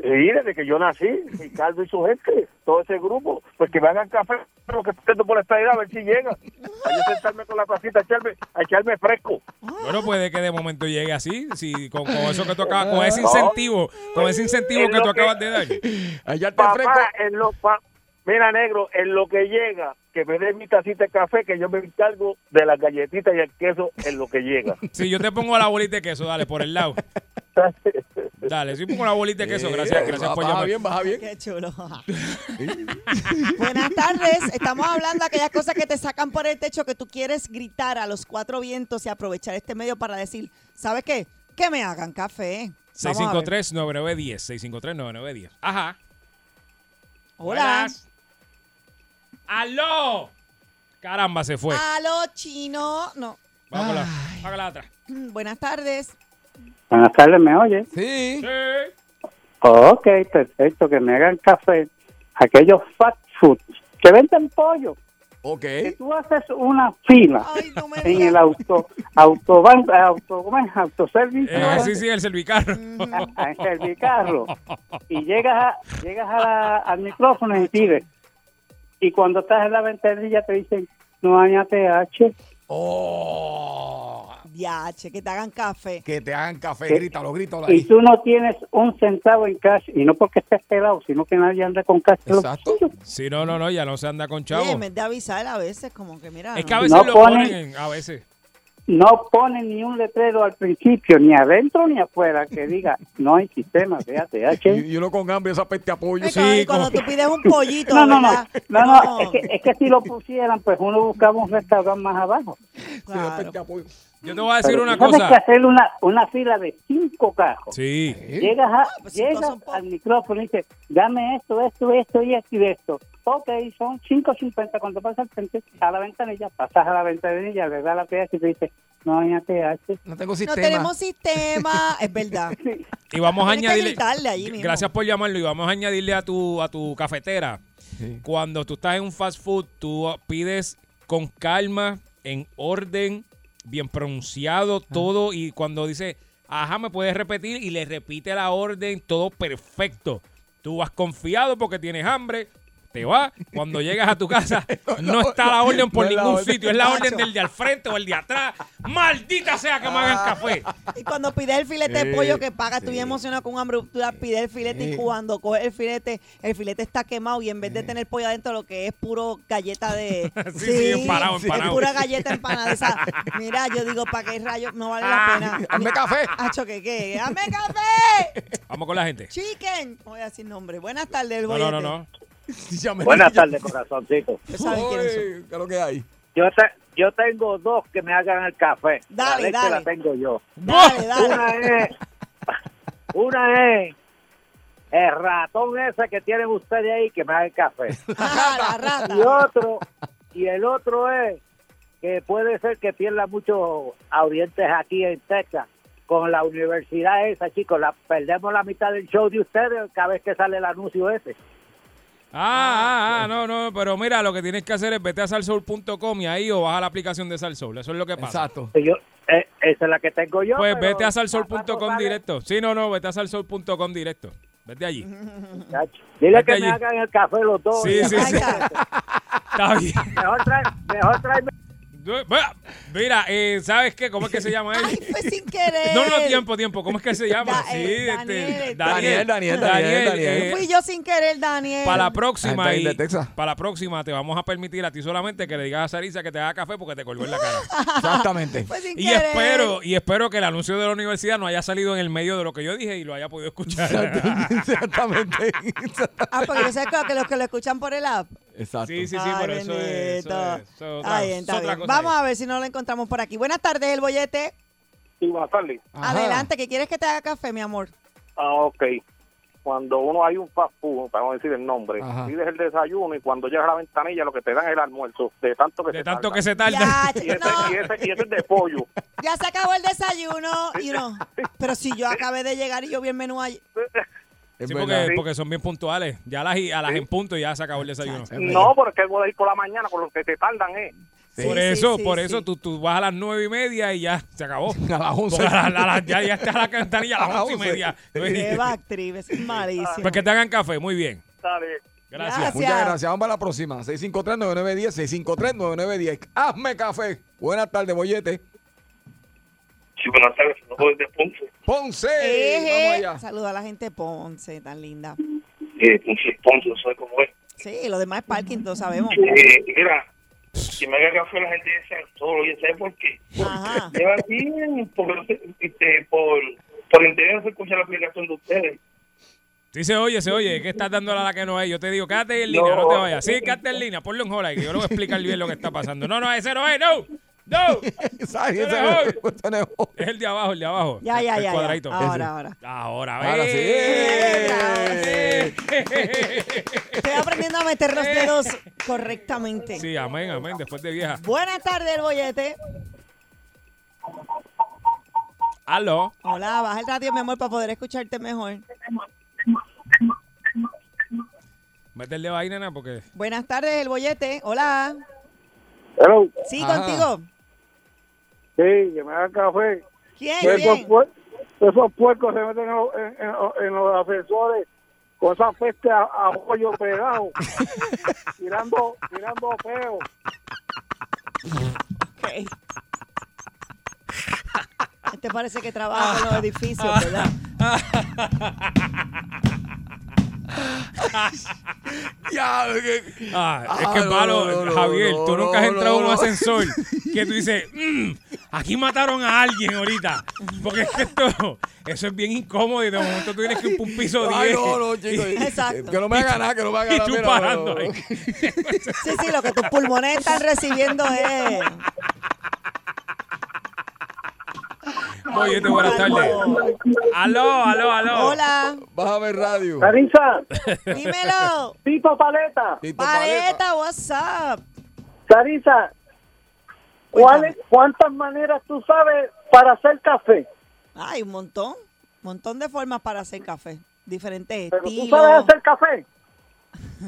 Sí, desde que yo nací, Ricardo y su gente, todo ese grupo, pues que me hagan café, lo que estoy por la estadía, a ver si llega. Hay que sentarme con la placita, a echarme, a echarme fresco. Bueno, puede que de momento llegue así, si con, con eso que tú acabas- Ah. con ese incentivo, con ese incentivo Es que tú lo que- acabas de dar. Allá te fresco. Papá, en lo, pa- mira, negro, en lo que llega, que me den mi tacita de café, que yo me encargo de las galletitas y el queso en lo que llega. Si yo te pongo la bolita de queso, dale, por el lado. Dale, sí pongo la bolita de queso, gracias, Ey, gracias por baja llamar. bien, baja bien. Qué chulo. Buenas tardes. Estamos hablando de aquellas cosas que te sacan por el techo que tú quieres gritar a los cuatro vientos y aprovechar este medio para decir, ¿sabes qué? Que me hagan café. Vamos a ver. 653-9910, 653-9910. Ajá. Hola. Buenas. ¡Aló! Caramba, se fue. Aló, chino. No. Vamos con la, vamos con la otra. Buenas tardes. Buenas tardes, ¿me oye? Sí. Sí. Ok, perfecto, que me hagan café. Aquellos fast food que venden pollo, Ok. que tú haces una fila Ay, no me en el digas. auto, autoban, auto, ¿cómo es? autoservicio. Eh, sí, sí, el cervicarro. Mm, a- a servicarro. y llegas a- llegas a la- al micrófono y pides y cuando estás en la ventanilla te dicen no hay ATH Oh. Diache, que te hagan café. Que te hagan café. ¿Qué? Grítalo, grítalo y ahí. tú no tienes un centavo en cash y no porque estés pelado sino que nadie anda con cash en los Exacto. bolsillos. Sí, no, no, no, ya no se anda con chavo. Oye, en vez de avisar a veces, como que mira. Es ¿no? que a veces No lo ponen, ponen- en- a veces. no ponen ni un letrero al principio ni adentro ni afuera que diga no hay sistema de ATH Y y uno con hambre, esa peste apoyo. Ay, Sí, cabrón, y cuando como- tú pides un pollito, no, no, no, ¿verdad? no, no, es que, es que si lo pusieran, pues uno buscaba un restaurante más abajo. Esa Claro. peste apoyo. Yo te voy a decir Pero una tú tienes que cosa. hacer una, una fila de cinco cajos. Sí. ¿Eh? Llegas, a- pues cinco llegas son pocos. al micrófono y dices, dame esto, esto, esto y esto y esto. Ok, son 5.50. Cuando pasas al frente a la ventanilla, pasas a la ventanilla, le das la TH y te dice, no hay ATH. No tengo No sistema. tenemos sistema, es verdad. Y vamos a Tienes que añadirle. gritarle allí mismo. Gracias por llamarlo. Y vamos a añadirle a tu, a tu cafetera. Sí. Cuando tú estás en un fast food, tú pides con calma, en orden, bien pronunciado, todo. Y cuando dice, ajá, me puedes repetir, y le repite la orden, todo perfecto. Tú vas confiado porque tienes hambre. Te vas, cuando llegas a tu casa, no está la orden por No es la ningún orden. sitio, es la orden del de al frente o el de atrás. Maldita sea que me hagan café. Ah. Y cuando pides el filete de pollo que paga, tú sí. bien emocionado con hambre, tú la pides el filete y Sí. cuando coges el filete, el filete está quemado y en vez de tener pollo adentro, lo que es puro galleta de... Sí, sí, empanado, Es empanado. pura galleta empanada. esa. Mira, yo digo, ¿para qué rayos? No vale Ah, la pena. hazme café. ¡Hacho que qué! ¡Hazme café! Vamos con la gente. ¡Chicken! No voy a decir nombre. Buenas tardes, el No, no, no, bollete. no. Ya me- Buenas tardes, corazoncito. Ya saben quiénes son. Uy, ¿Qué es lo que hay? Yo, te- yo tengo dos que me hagan el café. Dale, la leche dale. la tengo yo. Dale, Una dale. es, una es el ratón ese que tienen ustedes ahí que me haga el café. Ajá, la rata. y otro y el otro es que puede ser que pierda muchos audientes aquí en Texas con la universidad esa, chicos. La, perdemos la mitad del show de ustedes cada vez que sale el anuncio ese. Ah, ah, ah, no, no, pero mira, lo que tienes que hacer es vete a salsoul.com y ahí o baja la aplicación de Salsoul. Eso es lo que pasa. Exacto. Que Yo, eh, esa es la que tengo yo. Pues pero vete a salsol.com tampoco directo. Sí, no, no, vete a salsol.com directo. Vete allí. sale, chacho. Dile Vete que me allí. hagan el café los dos. Sí, sí, sí. Vaya. Está bien. Mejor, trae, mejor tráeme Mira, eh, ¿sabes qué? ¿Cómo es que se llama Ay, él? fue sin querer. No, no, tiempo, tiempo. ¿Cómo es que se llama? Da- Sí, eh, este, Daniel. Daniel, Daniel. Daniel, Daniel, eh, Daniel. Fui yo sin querer, Daniel. Para la Ah, próxima, está ahí y- de Texas. para la próxima te vamos a permitir a ti solamente que le digas a Sarisa que te haga café porque te colgó en la cara. Exactamente. Fue sin Y querer. espero, y espero que el anuncio de la universidad no haya salido en el medio de lo que yo dije y lo haya podido escuchar. Exactamente. Ah, porque yo sé que que los que lo escuchan por el app. Exacto. Sí, sí, sí, Ay, por eso es. Eso es, bendito. eso es Está otra, bien, es está otra bien. cosa Vamos ahí. a ver si no lo encontramos por aquí. Buenas tardes, el bollete. Sí, buenas tardes. Ajá. Adelante, que quieres que te haga café, mi amor. Ah, ok. Cuando uno hay un fast food, vamos a decir el nombre, Ajá. pides el desayuno y cuando llegas a la ventanilla lo que te dan es el almuerzo, de tanto que De se tanto tarda. que se tarda. Ya, Y ese, no, y, ese, y ese es de pollo. ya se acabó el desayuno. Y no. Pero si yo acabé de llegar y yo vi el menú ayer. Es Sí, verdad. porque, porque son bien puntuales. Ya las, a las en punto ya se acabó el desayuno. Chacho. No, porque voy a ir por la mañana, por lo que te tardan, ¿eh? Sí. Por Sí, eso, sí, por sí. eso tú, tú vas a las nueve y media y ya se acabó. A las once. Porque a la- a la- ya, ya está la cantarilla a A las las once y once. media. Qué actriz, es malísimo. Pues que te hagan café, muy bien. Dale. Gracias. Muchas gracias. Vamos a la próxima. 653-9910. 653-9910. Hazme café. Buenas tardes, Bollete. Sí, buenas tardes. No puedo de Ponce. Ponce. eh, Eje. Vamos allá. Eh, Saluda a la gente de Ponce, tan linda. Eh, Ponce, Ponce, no sé cómo es. Sí, lo demás es parking, lo sabemos. Eh, mira, si me haga café la gente dice todo lo que sabe por qué. Ajá. Lleva bien, por, este, por, por interés se escucha la aplicación de ustedes. Sí, se oye, se oye. que estás dándole a la que no es? Yo te digo, quédate en línea, no, te vayas. Sí, quédate en línea, ponle un hola ahí, que yo le voy a explicar bien lo que está pasando. No, no, ese no es, no. No. Exacto, Eso no exacto. es hoy. Eso no es hoy. Es el de abajo, el de abajo. Ya, ya, ya, El ya. cuadradito. Ahora, ahora. Ahora, eh. Ahora sí. ve. Estoy aprendiendo a meter los dedos correctamente. Sí, amén, amén, después de vieja. Buenas tardes, el bollete. Aló. Hola, baja el radio, mi amor, para poder escucharte mejor. Métele vaina, nena, porque... Buenas tardes, el bollete. Hola. Hello. Sí, Ajá. contigo. Sí, que me hagan café. ¿Quién? Pues Esos, ¿Quién? puer- esos puercos se meten en, los- en- en- en los ascensores con esa peste a, a hoyo pegado, tirando, tirando feo. Ok. Este parece que trabaja en los edificios, ¿verdad? Ya, que- Ah, es Ah, que es no, malo, no, no, Javier. no, tú nunca has no, entrado no, a un no. ascensor que tú dices, "Mm, aquí mataron a alguien ahorita. Porque es que esto, eso es bien incómodo y de momento tú tienes que ir por un piso Ay, 10. no, no, chicos. Exacto. Que no me haga nada, que no me haga Y nada. tú Mira, parando no, ahí. no. Sí, sí, lo que tus pulmones están recibiendo es. Oye, te buenas tardes. Aló, aló, aló. Hola. Bájame el radio. Carisa, Dímelo. Tito Paleta, Tito Paleta. Paleta, what's up? Carisa, ¿cuáles- ¿cuántas maneras tú sabes para hacer café? Ay, un montón. montón de formas para hacer café. Diferentes estilos. café.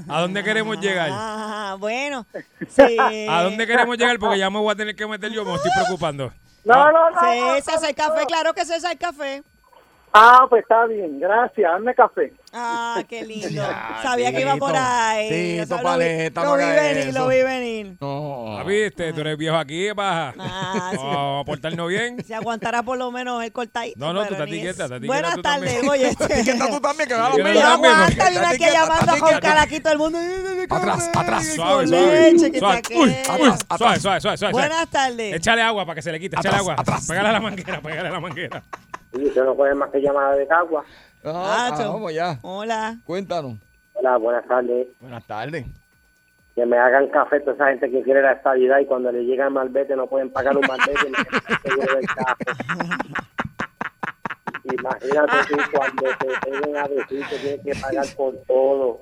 ¿A dónde queremos llegar? Ah, bueno. Sí. ¿A dónde queremos llegar? Porque ya me voy a tener que meter yo, me estoy preocupando. Ah. No, no, Ah. Sí, se hace el café, claro que se hace el café. Ah, pues está bien, gracias, hazme café. Ah, qué lindo. Ya, Sabía que iba Tito, por ahí. Tito, O sea, paleta, lo vi, no lo vi haga venir, eso. lo vi venir. No. Papi, este, tú eres viejo aquí, baja. Ah, sí. Vamos a portarnos bien. Si aguantara por lo menos el cortadito. No, no, tú pero estás ni tiqueta, eso. estás tiqueta Buenas tú tardes, también. oye. Etiqueta tú también, que me da lo Yo no No mismo. aguanta, vino aquí Etiqueta, llamando a Juan etiqueta. Cal aquí todo el mundo. Pa' atrás, pa' atrás. Suave, Con suave. leche, que Suave. te Uy, aqueja. uy, Atrás, suave, atrás. suave, suave, suave. Buenas tardes. Échale agua para que se le quite, échale Atrás, agua. atrás. Pégale a la manguera, pégale a la manguera. Y usted no puede más que llamada de Cagua. Ah, Nacho. ah, vamos ya. Hola. Cuéntanos. Hola, buenas tardes. Buenas tardes. Que me hagan café toda esa gente que quiere la estabilidad y cuando le llega el malvete no pueden pagar un malvete. y no tienen el seguro del carro. Imagínate tú cuando te vengan a decir que tienes que pagar por todo.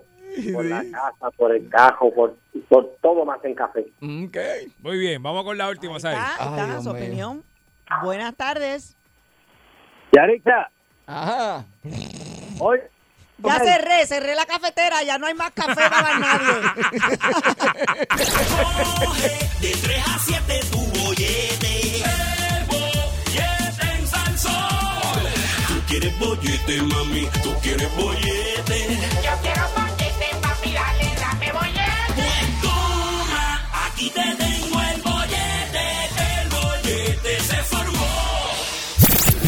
por la casa, por el cajo, por, por todo más en café. Mm, Ok. Muy bien, vamos con la última, Sai. Ah, está, su opinión. Buenas tardes. Yaritza, Ajá. hoy Ya cerré, cerré la cafetera, ya no hay más café para nadie. Coge de 3 a 7 tu bollete. El bollete en Salsón. Tú quieres bollete, mami. Tú quieres bollete. Yo quiero bollete, papi. Dale, dame bollete. Pues toma, aquí te tengo el bollete. El bollete se formó.